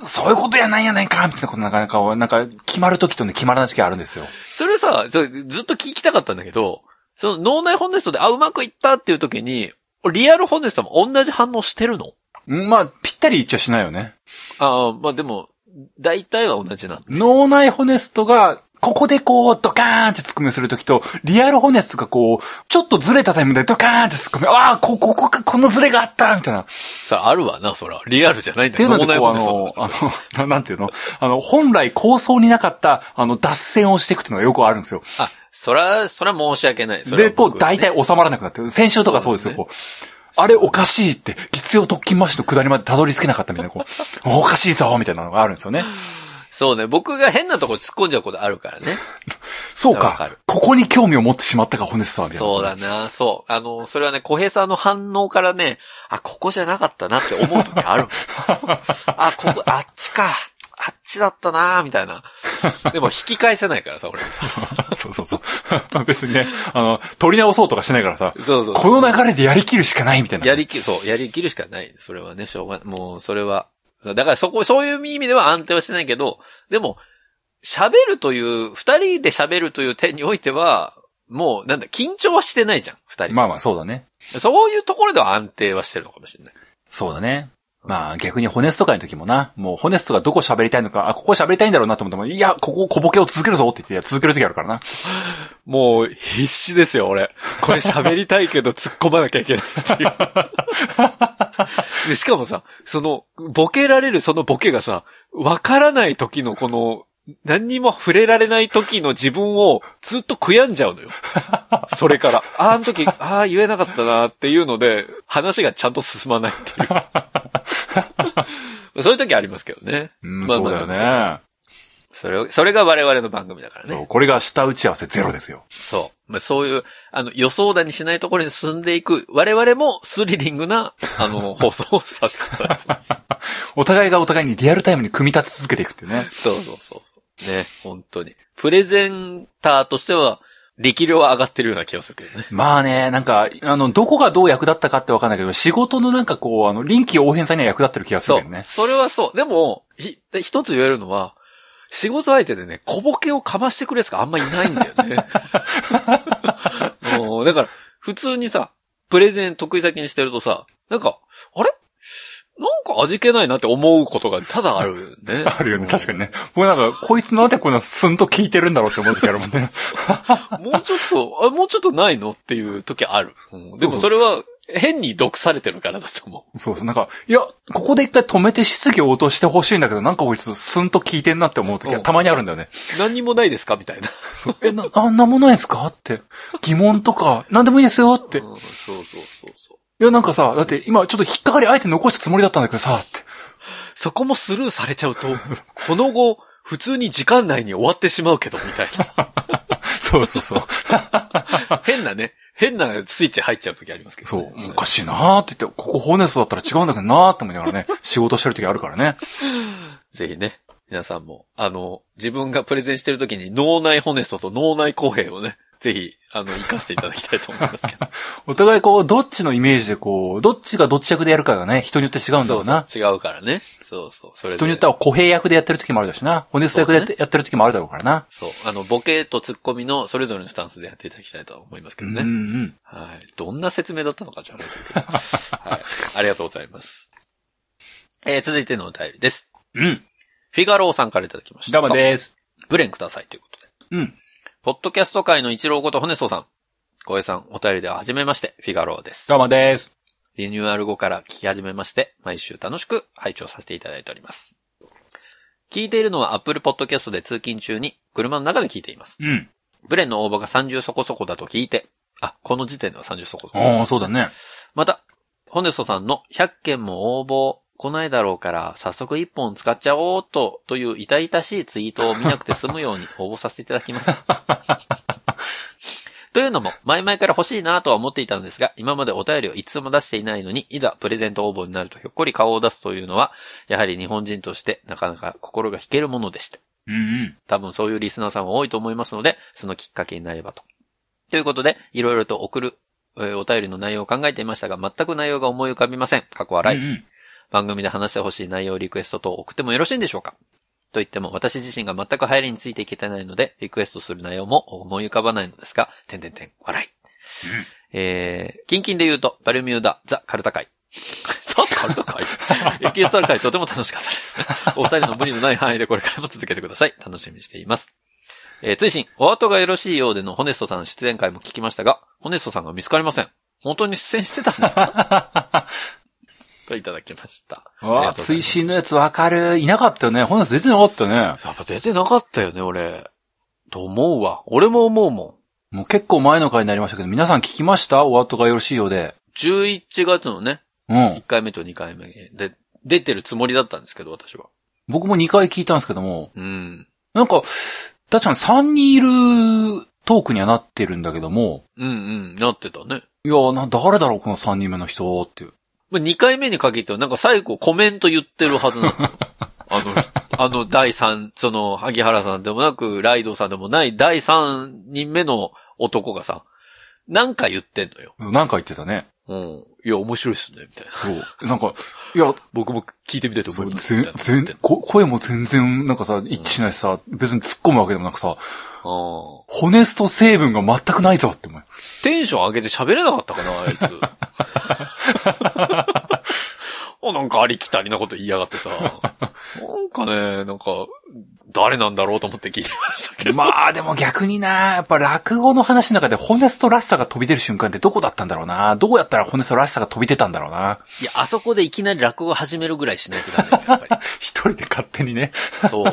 ーそういうことやないやないか、みたいなことなかなか、なんか、決まるときとね、決まらないときあるんですよ。それさ、それずっと聞きたかったんだけど、その脳内ホネストで、あ、うまくいったっていう時に、リアルホネストも同じ反応してるのんまあ、ぴったり言っちゃしないよね。ああ、まあでも、大体は同じなんだ。脳内ホネストが、ここでこう、ドカーンって突っ込みをするときと、リアルホネストがこう、ちょっとずれたタイミングでドカーンって突っ込み、ああ、こ、ここか、このずれがあったみたいな。っさあ、あるわな、そら。リアルじゃないんだていうよの脳で、内こう、ホあネスのト、あの、ななんていうのあの、本来構想になかった、あの、脱線をしていくっていうのがよくあるんですよ。あ。あ、そら、そら申し訳ない。そらで、こ僕う、はね大体収まらなくなってる。先週とかそうですよ、そうこう。あれおかしいって、月曜特勤マッシュの下りまでたどり着けなかったみたいな、こう、おかしいぞみたいなのがあるんですよね。そうね、僕が変なとこ突っ込んじゃうことあるからね。そうわかかる。ここに興味を持ってしまったか、ホネストはみたいな。そうだな、そう。あの、それはね、小平さんの反応からね、あ、ここじゃなかったなって思う時ある もん。あ、ここ、あっちか。あっちだったなみたいな。でも引き返せないからさ、俺もさ。 そうそうそう。 別にね、あの、取り直そうとかしないからさ、そうそうこの流れでやりきるしかないみたいな。やりきる、そう、やりきるしかない。それはね、しょうがもう、それは。そうだからそこ、そういう意味では安定はしてないけど、でも、喋るという、二人で喋るという点においては、もう、なんだ、緊張はしてないじゃん、二人。まあまあ、そうだね。そういうところでは安定はしてるのかもしれない。そうだね。まあ逆にホネスト会の時もな、もうホネストがどこ喋りたいのか、あ、ここ喋りたいんだろうなと思っても、いや、ここ小ボケを続けるぞって言っていや、続ける時あるからな。もう、必死ですよ、俺。これ喋りたいけど突っ込まなきゃいけないっていう。で、しかもさ、その、ボケられるそのボケがさ、わからない時のこの、何にも触れられない時の自分をずっと悔やんじゃうのよ。それから。ああの時、ああ言えなかったなっていうので、話がちゃんと進まないっていう。そういう時ありますけどね。うん、まあそうまあだよね。それを、それが我々の番組だからね。そう、これが下打ち合わせゼロですよ。そう。まあ、そういう、あの、予想だにしないところに進んでいく、我々もスリリングな、あ の、放送をさせていただいてます。お互いがお互いにリアルタイムに組み立て続けていくっていうね。そうそうそう。ね、本当に。プレゼンターとしては、力量は上がってるような気がするけどね。まあね、なんか、あの、どこがどう役立ったかってわかんないけど、仕事のなんかこう、あの、臨機応変さには役立ってる気がすそるけどう。ね。。それはそう。でも、ひ一つ言えるのは、仕事相手でね、小ボケをかましてくれやつがあんまいないんだよ ね。もうだから、普通にさ、プレゼン得意先にしてるとさ、なんか、あれなんか味気ないなって思うことがただ あるよねあるよね、確かにね。僕なんか、こいつなんでこんなスンと聞いてるんだろうって思う時あるもん ね。もうちょっと、あ、もうちょっとないのっていう時ある。うんでもそれは、変に毒されてるからだと思う。そうそう、なんか、いや、ここで一回止めて質疑応答してほしいんだけど、なんかこいつスンと聞いてんなって思う時うはんたまにあるんだよ ね。何にもないですかみたいな。そうえ、な、あんなもないですかって。疑問とか、なんでもいいですよって。いうんそうそうそうそう。や、なんかさ、だって今ちょっと引っかかりあえて残したつもりだったんだけどさ、って。そこもスルーされちゃうと、 この後、普通に時間内に終わってしまうけど、みたいそうそうそう。 な。変なね、変なスイッチ入っちゃう時ありますけどそね、う、おかしいなーって言って、ここホーネストだったら違うんだけどなーって思いながらね、仕事してる時あるからね。ぜひね、皆さんも、あの、自分がプレゼンしてる時に脳内ホネストと脳内公平をね、ぜひ、あの、活かしていただきたいと思いますけど。お互いこう、どっちのイメージでこう、どっちがどっち役でやるかがね、人によって違うんだろう な。そう違うからね。そうそう。それで人によっては小平役でやってる時もあるだしな。ホネスト役でやって,、やってる時もあるだろうからな。そう。あの、ボケとツッコミのそれぞれのスタンスでやっていただきたいと思いますけうどんね。うん。はい。どんな説明だったのかちょっと話すけど。 はい。ありがとうございます。えー続いてのお便りです。うん。フィガローさんからいただきました。ガマです。ブレンくださいということで。うん。ポッドキャスト界の一郎ことホネソウさん。小江さん、お便りでは初めまして、フィガローです。ガマです。リニューアル後から聞き始めまして、毎週楽しく拝聴させていただいております。聞いているのは Apple Podcast で通勤中に、車の中で聞いています。うん。ブレンの応募が30そこそこだと聞いて、あ、この時点では30そこそこ。ああ、そうだね。また、ホネソさんの100件も応募来ないだろうから、早速1本使っちゃおうと、という痛々しいツイートを見なくて済むように応募させていただきます。 というのも、前々から欲しいなとは思っていたのですが、今までお便りをいつも出していないのに、いざプレゼント応募になるとひょっこり顔を出すというのは、やはり日本人としてなかなか心が惹けるものでした。うん多分そういうリスナーさんは多いと思いますので、そのきっかけになればと。ということで、いろいろと送る、えーお便りの内容を考えていましたが、全く内容が思い浮かびません。過去笑い。うん うん番組で話してほしい内容リクエスト等送ってもよろしいんでしょうかと言っても、私自身が全く流行りについていけてないので、リクエストする内容も思い浮かばないのですが、てんてんてん、笑い。えー、キンキンで言うと、バルミューダ、ザ・カルタ会。 ザ・カルタ会 ?XR 会とても楽しかったです。お二人の無理のない範囲でこれからも続けてください。楽しみにしています。えー、追伸、お後がよろしいようでのホネストさん出演会も聞きましたが、ホネストさんが見つかりません。本当に出演してたん ですかといただきました。うわありがとうござい追ます伸のやつわかる。いなかったよね。本日出てなかったよね。やっぱ出てなかったよね、俺。と思うわ。俺も思うもん。もう結構前の回になりましたけど、皆さん聞きましたお後がよろしいようで。 11月のね、うん1。回目と2回目で、出てるつもりだったんですけど、私は。僕も2回聞いたんですけども、うん。なんか、ダちゃん3人いるトークにはなってるんだけども、うんうん、なってたね。いや、な、誰だろうこの3人目の人っていう。まあ、2回目に限っては、なんか最後コメント言ってるはず なの。あの、あの第3、その、萩原さんでもなく、ライドさんでもない第3人目の男がさ、なんか言ってんのよ。なんか言ってたね。うん。いや、面白いっすね、みたいな。そう。なんか、いや、僕も聞いてみたいとそ思う、います。みた全いな言っ全てんのこ声も全然、なんかさ、一致しないしさ、別に突っ込むわけでもなくさ、うん。ホネスト成分が全くないぞって思う。テンション上げて喋れなかったかな、あいつ。 おなんかありきたりなこと言いやがってさ。なんかね、なんか、誰なんだろうと思って聞いてましたけど。まあでも逆にな、やっぱ落語の話の中でホネストらしさが飛び出る瞬間ってどこだったんだろうな。どうやったらホネストらしさが飛び出たんだろうな。いや、あそこでいきなり落語始めるぐらいしないとダメだよ、やっぱり。一人で勝手にね。そう。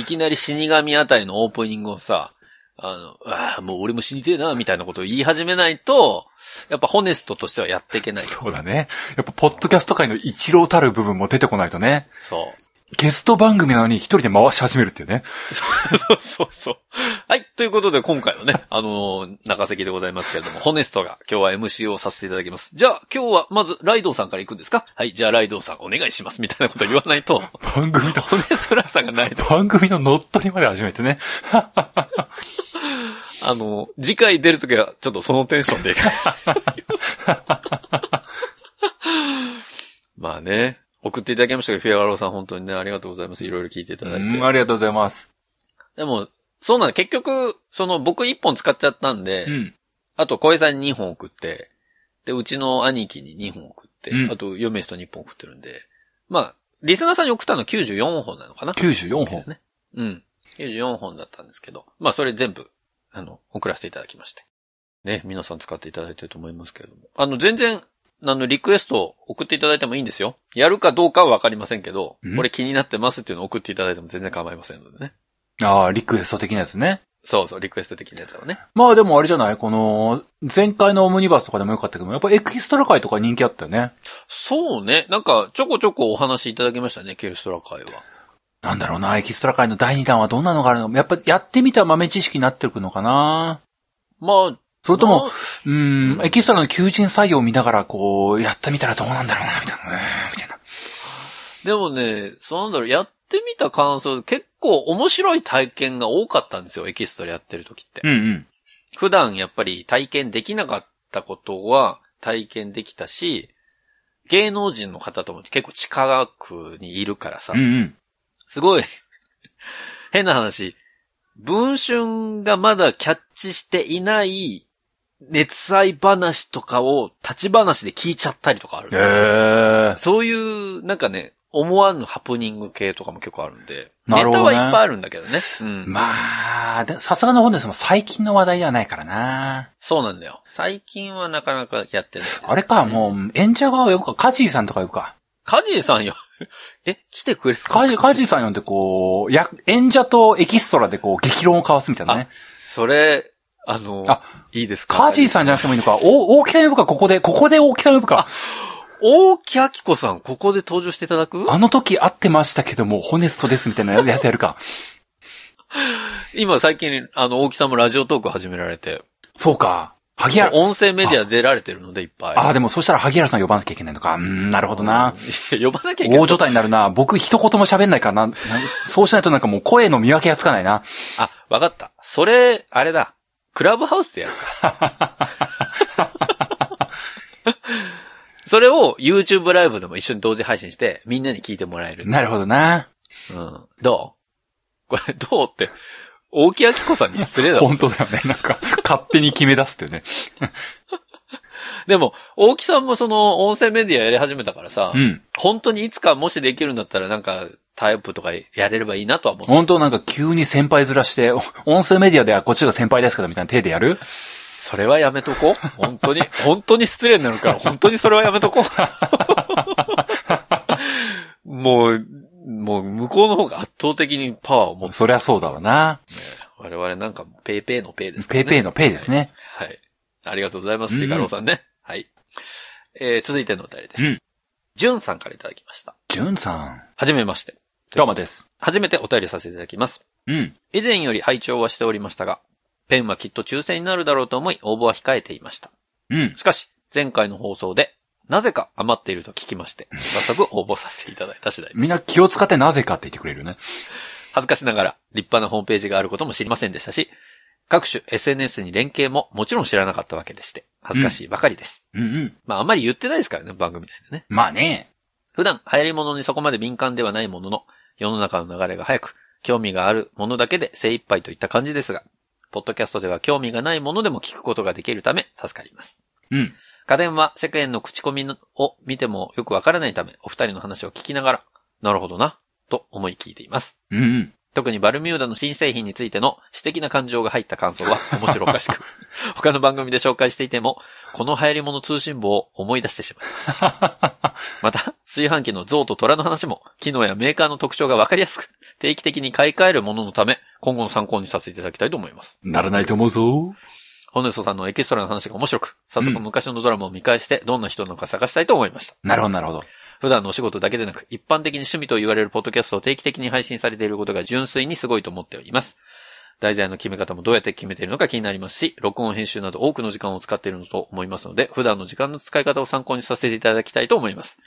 いきなり死神あたりのオープニングをさ、あの、ああ、もう俺も死にてえな、みたいなことを言い始めないと、やっぱホネストとしてはやっていけない。そうだね。やっぱポッドキャスト界の一郎たる部分も出てこないとね。そう。ゲスト番組なのに一人で回し始めるっていうね。そう そうそう。はい。ということで、今回はね、あのー中関でございますけれども、ホネストが今日は MC をさせていただきます。じゃあ、今日はまず、ライドウさんから行くんですかはい。じゃあ、ライドウさんお願いします。みたいなこと言わないと、ホ番組の、ネストらしさがないと。 番組の乗っ取りまで始めてね。あのー次回出るときは、ちょっとそのテンションで いかせていただきます。まあね。送っていただきましたけど、フィアガローさん本当にね、ありがとうございます。いろいろ聞いていただいて。うん、ありがとうございます。でも、そうなんだ。結局、その、僕一本使っちゃったんで、うん。あと、小江さんに2本送って、で、うちの兄貴に2本送って、うんあと、ヨメストに1本送ってるんで、まあ、リスナーさんに送ったのは94本なのかな94本。ね。うん。94本だったんですけど、まあ、それ全部、あの、送らせていただきまして。ね、皆さん使っていただいてると思いますけれども。あの、全然、あの、リクエストを送っていただいてもいいんですよ。やるかどうかはわかりませんけど、うんこれ気になってますっていうのを送っていただいても全然構いませんのでね。ああ、リクエスト的なやつね。そうそう、リクエスト的なやつはね。まあでもあれじゃないこの、前回のオムニバースとかでもよかったけども、やっぱエクストラ界とか人気あったよね。そうね。なんか、ちょこちょこお話いただきましたね、ケルストラ会は。なんだろうな、エキストラ界の第2弾はどんなのがあるのやっぱやってみた豆知識になってくるのかなまあ、それとも、う、うんエキストラの求人採用を見ながら、こう、やってみたらどうなんだろうな、みたいなね、みたいな。なでもね、そうなんだろう、やってみた感想、結構面白い体験が多かったんですよ、エキストラやってる時って。うんうん。普段やっぱり体験できなかったことは体験できたし、芸能人の方とも結構近くにいるからさ、うんうん。すごい、変な話。文春がまだキャッチしていない熱愛話とかを立ち話で聞いちゃったりとかあるええ。ー。そういう、なんかね、思わぬハプニング系とかも結構あるんで。なるほどねネタはいっぱいあるんだけどね。うん。まあ、でさすがの本ですも最近の話題ではないからな。そうなんだよ。最近はなかなかやってないです、あれか、もう、演者側を呼ぶか、カジーさんとか呼ぶか。カジーさんよ。 え、来てくれるカジカジーーさん呼んで、こう、や、演者とエキストラでこう、激論を交わすみたいなね。それ、あの、あいいですかカジーさんじゃなくてもいいのか、お、大木さん呼ぶか、ここで、ここで大木さん呼ぶか。大木明子さん、ここで登場していただくあの時会ってましたけども、ホネストですみたいなやつやるか。今最近、あの、大木さんもラジオトーク始められて、そうか。萩原、音声メディア出られてるのでいっぱい。ああ、でもそしたら萩原さん呼ばなきゃいけないのか。うーん、なるほどな。いや。呼ばなきゃいけな大い。所帯になるな。僕一言も喋んないからな。なそうしないとなんかもう声の見分けがつかないな。あ、わかった。それ、あれだ。クラブハウスでや るか。それを YouTube ライブでも一緒に同時配信して、みんなに聞いてもらえる。なるほどな。うん。どうこれ、どうって、大木明子さんに失礼だろ本当だよね。なんか、勝手に決め出すっていうね。でも、大木さんもその音声メディアやり始めたからさ、うん。本当にいつかもしできるんだったらなんかタイプとかやれればいいなとは思って。本当なんか急に先輩ずらして、お音声メディアではこっちが先輩ですけどみたいな手でやるそれはやめとこう。本当 に、本当に失礼になるから、本当にそれはやめとこう。もう、もう向こうの方が圧倒的にパワーを持つ。そりゃそうだわな。我々なんかもペイペイのペイですからペイね。ペイのペイですね。はい。ありがとうございまうす、んピカローさんね。はい。えー、続いてのお便りです。うんジュンさんからいただきました。ジュンさん。はじめまして。どうもです。初めてお便りさせていただきます。うん。以前より拝聴はしておりましたが、ペンはきっと抽選になるだろうと思い応募は控えていました。うん。しかし、前回の放送で、なぜか余っていると聞きまして、早速応募させていただいた次第。みんな気を使ってなぜかって言ってくれるね。恥ずかしながら、立派なホームページがあることも知りませんでしたし、各種 SNS に連携ももちろん知らなかったわけでして、恥ずかしいばかりです。うんうん。まあ、あんまり言ってないですからね、番組内でね。まあね。普段、流行り物にそこまで敏感ではないものの、世の中の流れが早く、興味があるものだけで精一杯といった感じですが、ポッドキャストでは興味がないものでも聞くことができるため、助かります。うん。家電は世間の口コミを見てもよくわからないため、お二人の話を聞きながら、なるほどな、と思い聞いています。うんうん。 特にバルミューダの新製品についての私的な感情が入った感想は面白おかしく、 他の番組で紹介していても、この流行り物通信簿を思い出してしまいます。また、炊飯器の象と虎の話も、機能やメーカーの特徴がわかりやすく、 定期的に買い替えるもののため、今後の参考にさせていただきたいと思います。ならないと思うぞ。ホネソさんのエキストラの話が面白く、早速うん昔のドラマを見返して、どんな人なのか探したいと思いました。なるほど、なるほど。普段のお仕事だけでなく、一般的に趣味と言われるポッドキャストを定期的に配信されていることが純粋にすごいと思っております。題材の決め方もどうやって決めているのか気になりますし、録音編集など多くの時間を使っているのと思いますので、普段の時間の使い方を参考にさせていただきたいと思います。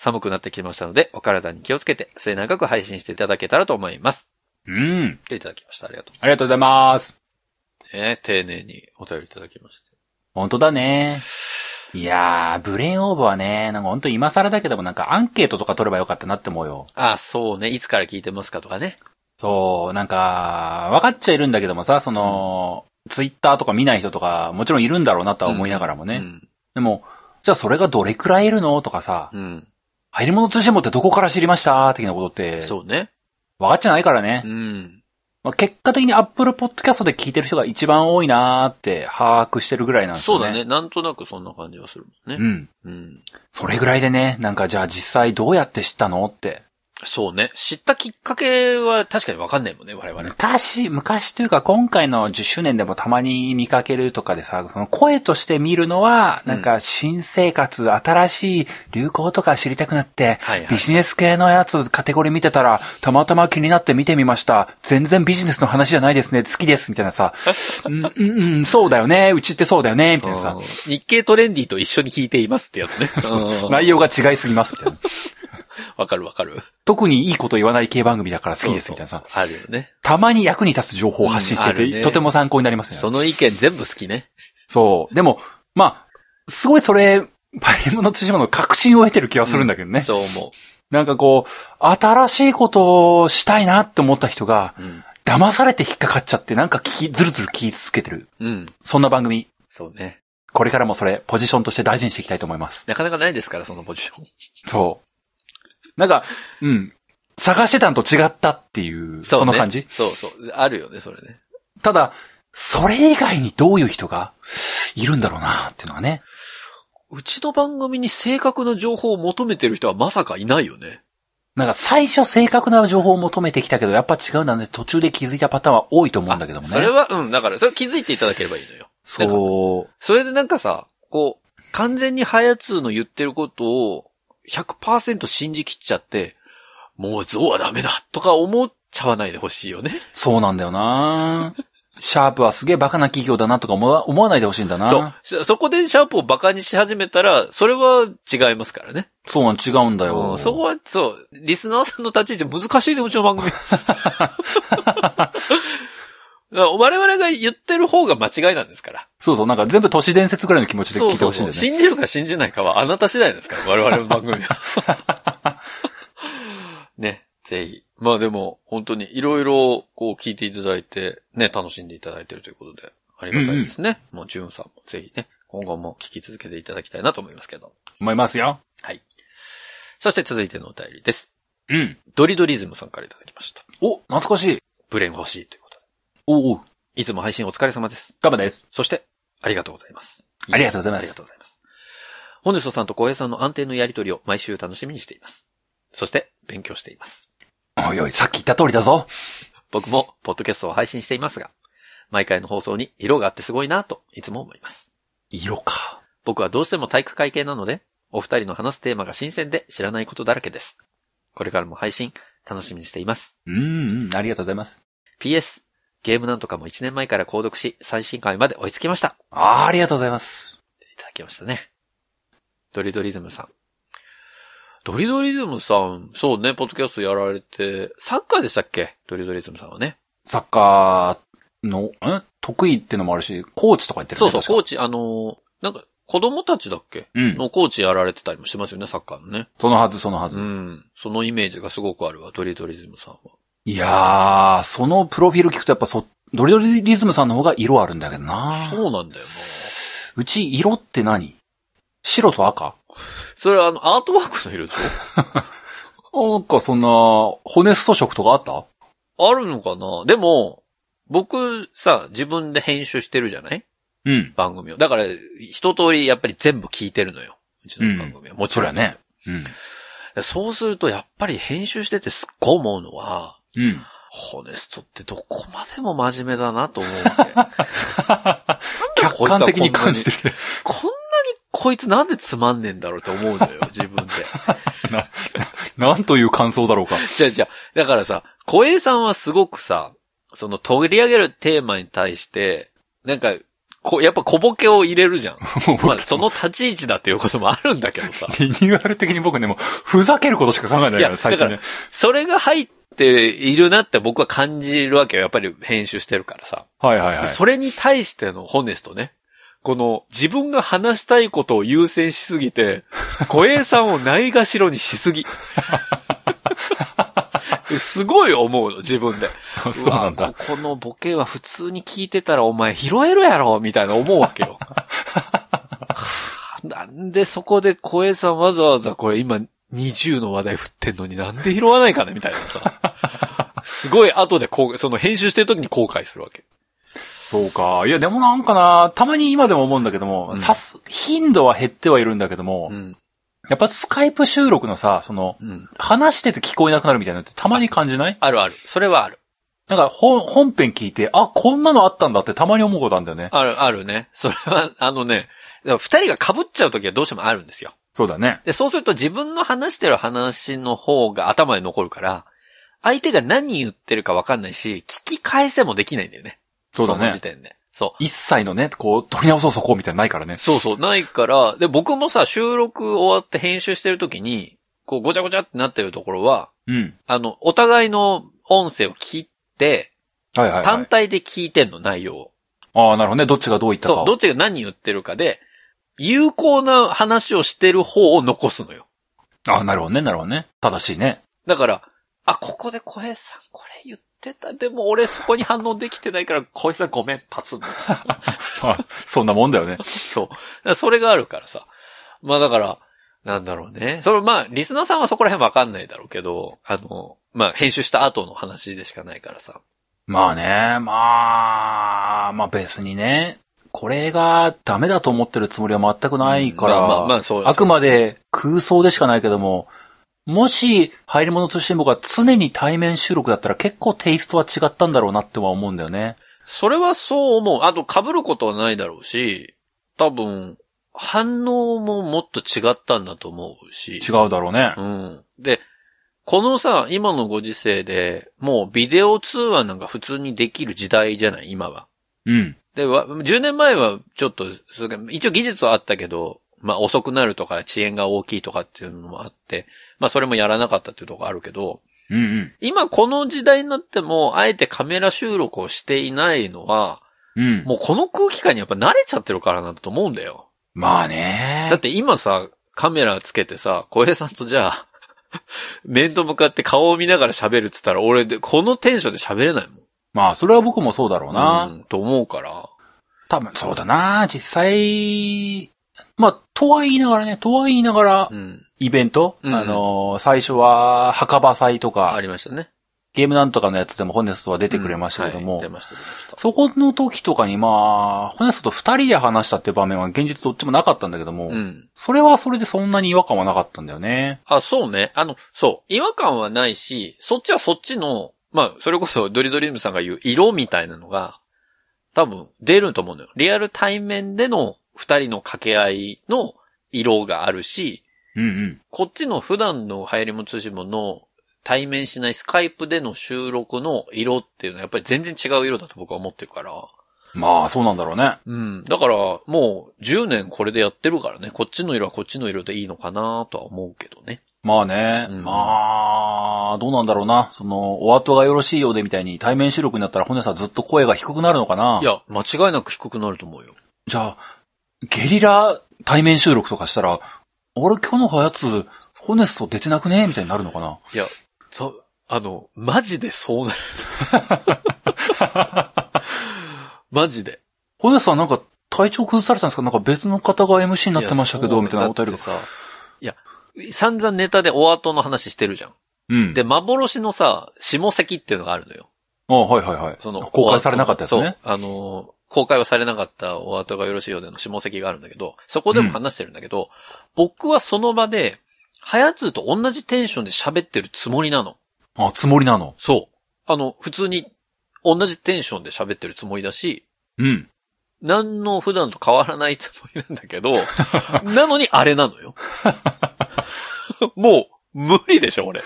寒くなってきましたので、お体に気をつけて、末長く配信していただけたらと思います。うん。といただきました。ありがとありがとうございます。う。ね、丁寧にお便りいただきまして。本当だね。いやー、ブレインオーバーはね、なんか本当今更だけどもなんかアンケートとか取ればよかったなって思うよ。あ、そうね。いつから聞いてますかとかね。そう、なんか、分かっちゃいるんだけどもさ、その、ツイッターとか見ない人とか、もちろんいるんだろうなとは思いながらもね。うん。でも、じゃあそれがどれくらいいるのとかさ、うん。入り物通信簿ってどこから知りました的なことって、分そうね。かっちゃないからね。うん。まあ、結果的に Apple Podcast で聞いてる人が一番多いなーって把握してるぐらいなんですそようね。だね。。なんとなくそんな感じはするもんうね。ん。うん。それぐらいでね、なんかじゃあ実際どうやって知ったのって。そうね。知ったきっかけは確かにわかんないもんね、我々。昔、昔というか今回の10周年でもたまに見かけるとかでさ、その声として見るのは、うんなんか新生活、新しい流行とか知りたくなって、はいはいビ。ジネス系のやつカテゴリー見てたら、たまたま気になって見てみました。全然ビジネスの話じゃないですね。好きです。みたい なさ。うん、うん、うん、そうだよね。うちってそうだよね。みたいなさう。ん日経トレンディと一緒に聞いていますってやつ ね。うん内容が違いすぎます。みたいな。わかるわかる。特にいいこと言わない系番組だから好きです。みたいなそうさそう。あるよね。たまに役に立つ情報を発信してうんあるて、ねとても参考になりますね。その意見全部好きね。そう。でも、まあ、すごいそれ、パリモの対馬の確信を得てる気はするんだけどね。そう思なんかこう、新しいことをしたいなって思った人が、う。うん。騙されて引っかかっちゃって、なんか聞き、ずるずる聞き続けてる。うん。そんな番組。そうね。これからもそれ、ポジションとして大事にしていきたいと思います。なかなかないですから、そのポジション。そう。なんか、うん。探してたんと違ったっていう、そ,、うねの感じそうそう。あるよね、それね。ただ、それ以外にどういう人がいるんだろうなっていうのはね。うちの番組に正確な情報を求めてる人はまさかいないよね。なんか最初正確な情報を求めてきたけど、やっぱ違うんだね。途中で気づいたパターンは多いと思うんだけどもね。それは、うん、だから、それ気づいていただければいいのよ。そう。それでなんかさ、こう、完全にハヤツーの言ってることを100%信じきっちゃって、もうゾウはダメだとか思っちゃわないでほしいよね。そうなんだよなシャープはすげえバカな企業だなとか思わ思わないでほしいんだな。そう。そそこでシャープをバカにし始めたら、それは違いますからね。そうなん違うんだうよ。んそこは、そう、 リスナーさんの立ち位置難しいで、うちの番組。我々が言ってる方が間違いなんですから。そうそう、なんか全部都市伝説ぐらいの気持ちで聞いてほしいんだよね。信じるか信じないかはあなた次第ですから、我々の番組は。 ね、ぜひ。まあでも、本当にいろいろこう聞いていただいて、ね、楽しんでいただいてるということで、ありがたいですね。もうジュンさんもぜひね、今後も聞き続けていただきたいなと思いますけど。思いますよ。はい。そして続いてのお便りです。うん。ドリドリズムさんからいただきました。お、懐かしい。ブレンが欲しいということおうおう、で。いつも配信お疲れ様です。ガバです。そして、ありがとうございます。ありがとうございますありがとうございます。本日さんと小平さんの安定のやりとりを毎週楽しみにしています。そして、勉強しています。おいおい、さっき言った通りだぞ。僕も、ポッドキャストを配信していますが、毎回の放送に色があってすごいなと、いつも思います。色か。僕はどうしても体育会系なので、お二人の話すテーマが新鮮で知らないことだらけです。これからも配信、楽しみにしています。うん、うん、ありがとうございます。 PS、ゲームなんとかも1年前から購読し、最新回まで追いつきました。あーありがとうございます。いただきましたね。ドリドリズムさん。ドリドリズムさん、そうね、ポッドキャストやられて、サッカーでしたっけドリドリズムさんはね。サッカーの、ん得意ってのもあるし、コーチとか言ってるそねうそう、確コかーチ、あのーなんか、子供たちだっけうん。のコーチやられてたりもしてますよね、サッカーのね。そのはず、そのはうず。ん。そのイメージがすごくあるわ、ドリドリズムさんは。いやー、そのプロフィール聞くとやっぱそ、ドリドリリズムさんの方が色あるんだけどなそうなんだよな。うち色って何白と赤それはあの、アートワークの色でしなんかそんな、ホネスト色とかあったょあるのかなでも、僕さ、自分で編集してるじゃないうん。番組を。だから、一通りやっぱり全部聞いてるのよ。うちの番組は。もちそりろゃん。ね。うん。そうすると、やっぱり編集しててすっごい思うのは、うん。ホネストってどこまでも真面目だなと思うわけなんで 客こいつはこんな観的に感じてる。こんなにこいつなんでつまんねえんだろうって思う のよ、自分で。なんという感想だろうか。じゃあじゃあだからさ、小江さんはすごくさ、その取り上げるテーマに対して、なんか、こやっぱ小ボケを入れるじゃん。もうまあ、僕、その立ち位置だっていうこともあるんだけどさ。リニューアル的に僕ね、もう、ふざけることしか考えないいかやら、最近だね。それが入っているなって僕は感じるわけよ。やっぱり編集してるからさ。はいはいはい。それに対してのホネストね。この自分が話したいことを優先しすぎて、 小平さんをないがしろにしす ぎ。すごい思うの、自分で。 そうなうんだわ。ここのボケは普通に聞いてたらお前拾えるやろ、みたいな思うわけ よ。なんでそこで小江さんわざわざこれ今20の話題振ってんのになんで拾わないかねみたいなさ。 すごい後でこう、その編集してる時に後悔するわけ。そうか。いや、でもなんかな、たまに今でも思うんだけどうも、んさす、頻度は減ってはいるんだけども、ん。やっぱスカイプ収録のさ、その、うん。話してて聞こえなくなるみたいなのってたまに感じないあるある。それはある。なんか本、本編聞いて、あ、こんなのあったんだってたまに思うことあるんだよね。ある、あるね。それは、あのね、だから二人が被っちゃう時はどうしてもあるんですよ。そうだね。で、そうすると自分の話してる話の方が頭に残るから、相手が何言ってるか分かんないし、聞き返せもできないんだよね。そうだその時ね。点で。そう。一切のね、こう、取り直そうそこうみたいなのないからね。そうそう。ないから、で、僕もさ、収録終わって編集してる時に、こう、ごちゃごちゃってなってるところは、うん。あの、お互いの音声を聞いて、はいはい、は単い。体で聞いてんの、内容を。ああ、なるほどね。どっちがどういったかそう。を。どっちが何言ってるかで、有効な話をしてる方を残すのよ。ああ、なるほどね、なるほどね。正しいね。だから、あ、ここで小平さんこれ言ってた。でも俺そこに反応できてないから、小平さんごめん、パツン。まあ、そんなもんだよね。そう。だからそれがあるからさ。まあだから、なんだろうね。それまあ、リスナーさんはそこら辺わかんないだろうけど、あの、まあ編集した後の話でしかないからさ。まあね、まあ、まあ別にね、これがダメだと思ってるつもりは全くないから、まあまあまあ、そう。あくまで空想でしかないけども、もし入り物として僕は常に対面収録だったら結構テイストは違ったんだろうなっては思うんだよね。それはそう思う。あと被ることはないだろうし、多分、反応ももっと違ったんだと思うし。違うだろうねう。ん。で、このさ、今のご時世で、もうビデオ通話なんか普通にできる時代じゃない、今は。うん。で、わ10年前はちょっと、それが一応技術はあったけど、まあ遅くなるとか遅延が大きいとかっていうのもあって、まあそれもやらなかったっていうところあるけど、うんうん。今この時代になっても、あえてカメラ収録をしていないのは、うん。もうこの空気感にやっぱ慣れちゃってるからなんだと思うんだよ。まあねだって今さ、カメラつけてさ、小平さんとじゃあ、面と向かって顔を見ながら喋るっつったら、俺で、このテンションで喋れないもん。まあ、それは僕もそうだろうな。うん、と思うから。多分、そうだな実際、まあ、とは言いながらね、とは言いながらう、ん。イベント、うんあのー、最初は、墓場祭とあか、りましたね。ゲームなんとかのやつでもホネストは出てくれましたけどうんも、はい出ました、出ました。そこの時とかにまあ、ホネストと二人で話したって場面は現実どっちもなかったんだけども、うん。それはそれでそんなに違和感はなかったんだよね。あ、そうね。あの、そう。違和感はないし、そっちはそっちの、まあ、それこそドリドリームさんが言う色みたいなのが、多分出ると思うのよ。リアル対面での二人の掛け合いの色があるし、うんうん。こっちの普段の流行りも通信もの対面しないスカイプでの収録の色っていうのはやっぱり全然違う色だと僕は思ってるから。まあ、そうなんだろうね。うん。だからもう10年これでやってるからね、こっちの色はこっちの色でいいのかなとは思うけどね。まあね、うんまあ、どうなんだろうな。その、お後がよろしいようでみたいに対面収録になったらホネストはずっと声が低くなるのかないや、間違いなく低くなると思うよ。じゃあ、ゲリラ対面収録とかしたら、あれ今日のやつ、ホネスト出てなくねみたいになるのかなそ、あの、マジでそうなる。マジで。ホネストはなんか体調崩されたんですかなんか別の方が MC になってましたけど、みたいなお便りだがっ。てさ。いや、散々ネタでお後の話してるじゃん。うん。で、幻のさ、下関っていうのがあるのよ。あはいはいはい。その、公開されなかったやつね。そう。あのー、公開はされなかったお後がよろしいようでの下関があるんだけど、そこでも話してるんだけど、僕はその場で、ハヤツーと同じテンションで喋ってるつもりなの。あ、つもりなの。そう。あの、普通に、同じテンションで喋ってるつもりだし、うん。 何の普段と変わらないつもりなんだけ ど、なのにあれなのよ。もう、無理でしょ、俺。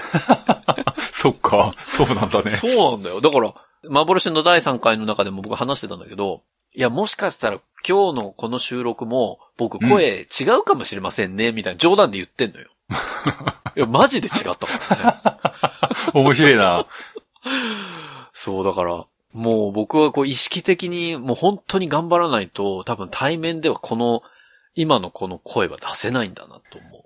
そっか。そうなんだねそうなんだよ。だから、幻の第3回の中でも僕話してたんだけど、いや、もしかしたら今日のこの収録も僕声違うかもしれませんね、みたいな冗談で言ってんのよ。いや、マジで違ったからね。面白いな。そう、だから、もう僕はこう意識的にもう本当に頑張らないと多分対面ではこの、今のこの声は出せないんだなと思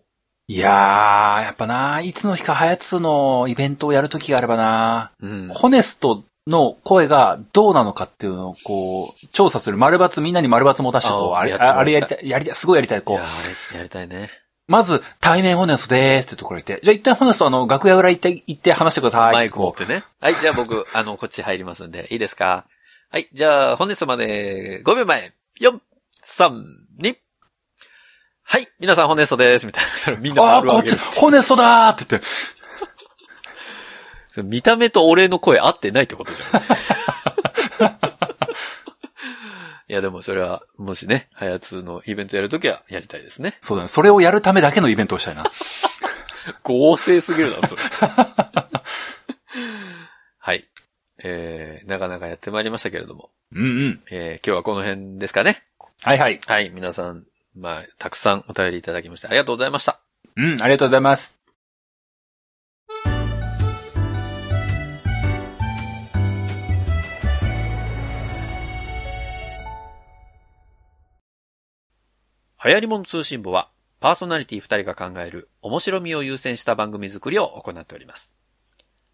いやー、やっぱな、いつの日かハヤツのイベントをやるときがあればな、う。うん。ホネストの声がどうなのかっていうのをこう、調査する丸抜、みんなに丸抜も出してこう、あーあれ、やってもらいたいああれやりたい、やりたい、すごいやりたい、いこや、う。あれ、やりたいね。まず、対面ホネストでーすってところ行って、じゃあ一旦ホネストあの、楽屋裏行って、行って話してください。マイク持っこうてね。はい、じゃあ僕、あの、こっち入りますんで、いいですかはい、じゃあ、本日まで5秒前、4、3、2。はい、皆さん、ホネストです。みたいな。それみんなああ、丸こ上っげち、るホネストだーって言って、見た目と俺の声合ってないってことじゃん。 いや、でもそれは、もしね、ハヤツのイベントやるときはやりたいですね。そうだね。それをやるためだけのイベントをしたいな。合成すぎるだろ、それ。 はい。えー、なかなかやってまいりましたけれども、うんうん。えー、今日はこの辺ですかね。はいはい。はい、皆さん、まあ、たくさんお便りいただきましてありがとうございました。うん、ありがとうございます。流行り物通信部は、パーソナリティ2人が考える面白みを優先した番組作りを行っております。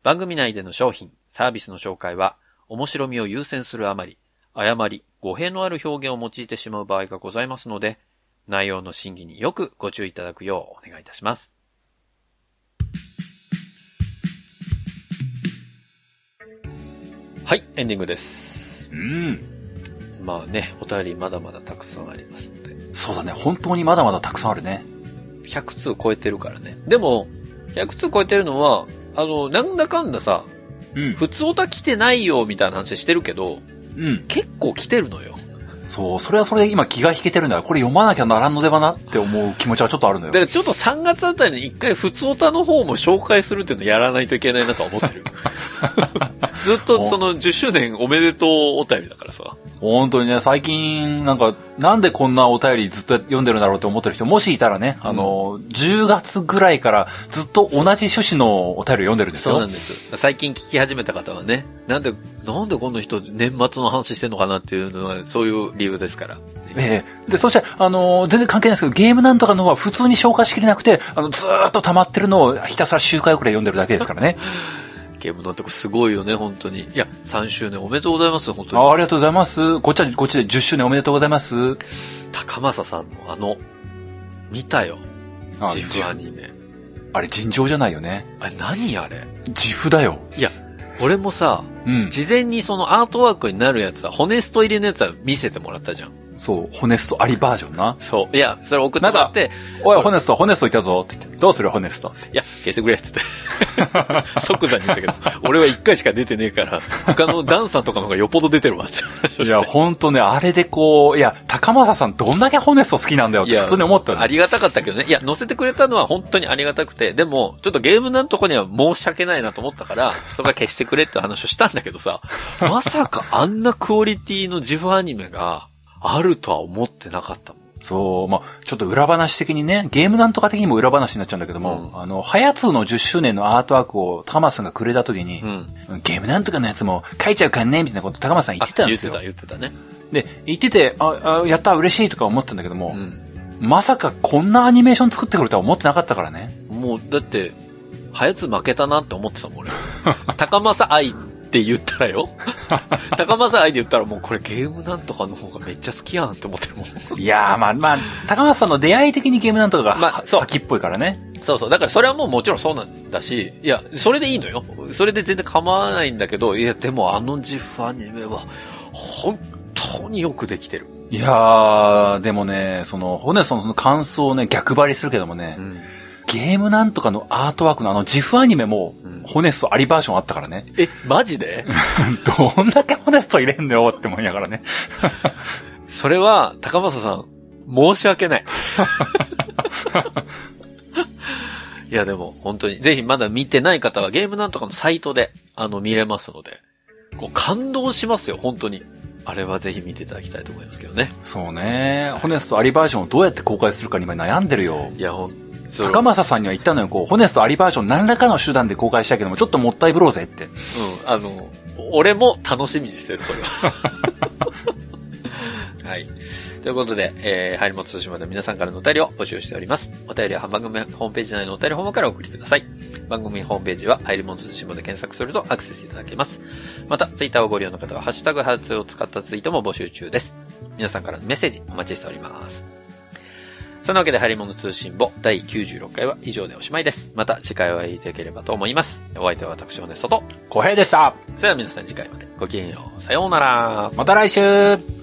番組内での商品、サービスの紹介は、面白みを優先するあまり、誤り、語弊のある表現を用いてしまう場合がございますので、内容の審議によくご注意いただくようお願いいたします。はい、エンディングです。うん。まあね、お便りまだまだたくさんありますので。そうだね。本当にまだまだたくさんあるね。 100通超えてるからね。でも、100通超えてるのは、あの、なんだかんださ、うん。普通オタ来てないよみたいな話してるけど、うん。結構来てるのよ。そう、それはそれで今気が引けてるんだよ。これ読まなきゃならんのではなって思う気持ちはちょっとあるのだかよ。らちょっと3月あたりに一回普通オタの方も紹介するっていうのやらないといけないなとは思 ってる。ずっとその10周年おめでとうお便りだからさ。本当にね、最近、なんか、なんでこんなお便りずっと読んでるんだろうって思ってる人、もしいたらね、あの、10月ぐらいからずっと同じ趣旨のお便りを読んでるんですそうなよん。です。最近聞き始めた方はね、なんで、なんでこの人年末の話してんのかなっていうのはそういう理由ですから。ええで、そして、あの、全然関係ないですけど、ゲームなんとかの方は普通に消化しきれなくて、あの、ずーっと溜まってるのをひたすら周回くらい読んでるだけですからね。ゲームのとこすごいよね、本当に。いや、3周年おめでとうございます、本当に。あありがとうございます。こっちは、こっちで10周年おめでとうございます。高政さんのあの、見たよ、あジフアニメ。あれ、尋常じゃないよね。あれ、何あれ自負だよ。俺もさ、うん。事前にそのアートワークになるやつは、ホネスト入りのやつは見せてもらったじゃん。そう、ホネストありバージョンな。そう。いや、それ送ってもらって、おい、ホネスト、ホネストいたぞって言って、どうするホネストって。いや、消してくれ、っつっ て。即座に言ったけど、俺は一回しか出てねえから、他のダンサーとかの方がよっぽど出てるわ、って話をしいてや、ほんとね、あれでこう、いや、高政さんどんだけホネスト好きなんだよっいてや普通に思ったよあね。りがたかったけどね。いや、載せてくれたのは本当にありがたくて、でも、ちょっとゲームなんとこには申し訳ないなと思ったから、それは消してくれって話をしたんだけど さ、まさかあんなクオリティの自負アニメがあるとは思ってなかったもん。そう、まあちょっと裏話的にね、ゲームなんとか的にも裏話になっちゃうんだけども、あの、ハヤツーの10周年のアートワークを高松さんがくれた時に、うん。ゲームなんとかのやつも書いちゃうかんねみたいなこと高松さん言ってたんですよ。あ言ってた、言ってたね。で、言ってて、あ、あやった、嬉しいとか思ったんだけどもう、ん。まさかこんなアニメーション作ってくるとは思ってなかったからね。もう、だって、早津負けたなって思ってたもん、俺。高政愛って言ったらよ。 高政愛で言ったらもうこれゲームなんとかの方がめっちゃ好きやんって思ってるもん。いやー、まあまあ、高松さんの出会い的にゲームなんとかが、まあそう先っぽいからね。そうそう。だからそれはもうもちろんそうなんだし、いや、それでいいのよ。それで全然構わないんだけど、いや、でもあのジフアニメは、本当によくできてる。いやー、でもね、その、ホネソンその感想をね、逆張りするけどもね、ん。ゲームなんとかのアートワークのあのジフアニメも、うんホネストありバージョンあったからね。 え、マジでどんだけホネスト入れんのよって思いながらね。それは、高政さん、申し訳ない。いや、でも、本当に、ぜひまだ見てない方は、ゲームなんとかのサイトで、あの、見れますので、こう、感動しますよ、本当に。あれはぜひ見ていただきたいと思いますけどね。そうね、ホネストありバージョンをどうやって公開するかに今悩んでるよ。いや、ほん、それは高政さんには言ったのよ、こう、ホネストありバージョン何らかの手段で公開したいけども、ちょっともったいぶろうぜって。うん、あの、俺も楽しみにしてる、それは。はい。ということで、えー、入りも通信まで皆さんからのお便りを募集しております。お便りは番組ホームページ内のお便りフォームからお送りください。番組ホームページは、入りも通信まで検索するとアクセスいただけます。また、ツイッターをご利用の方は、ハッシュタグハーツを使ったツイートも募集中です。皆さんからのメッセージお待ちしております。そんなわけで、ハリモノ通信簿第96回は以上でおしまいです。また次回お会いいただければと思います。お相手は私、オネストと、小平でした。それでは皆さん次回までごきげんよう。さようなら。また来週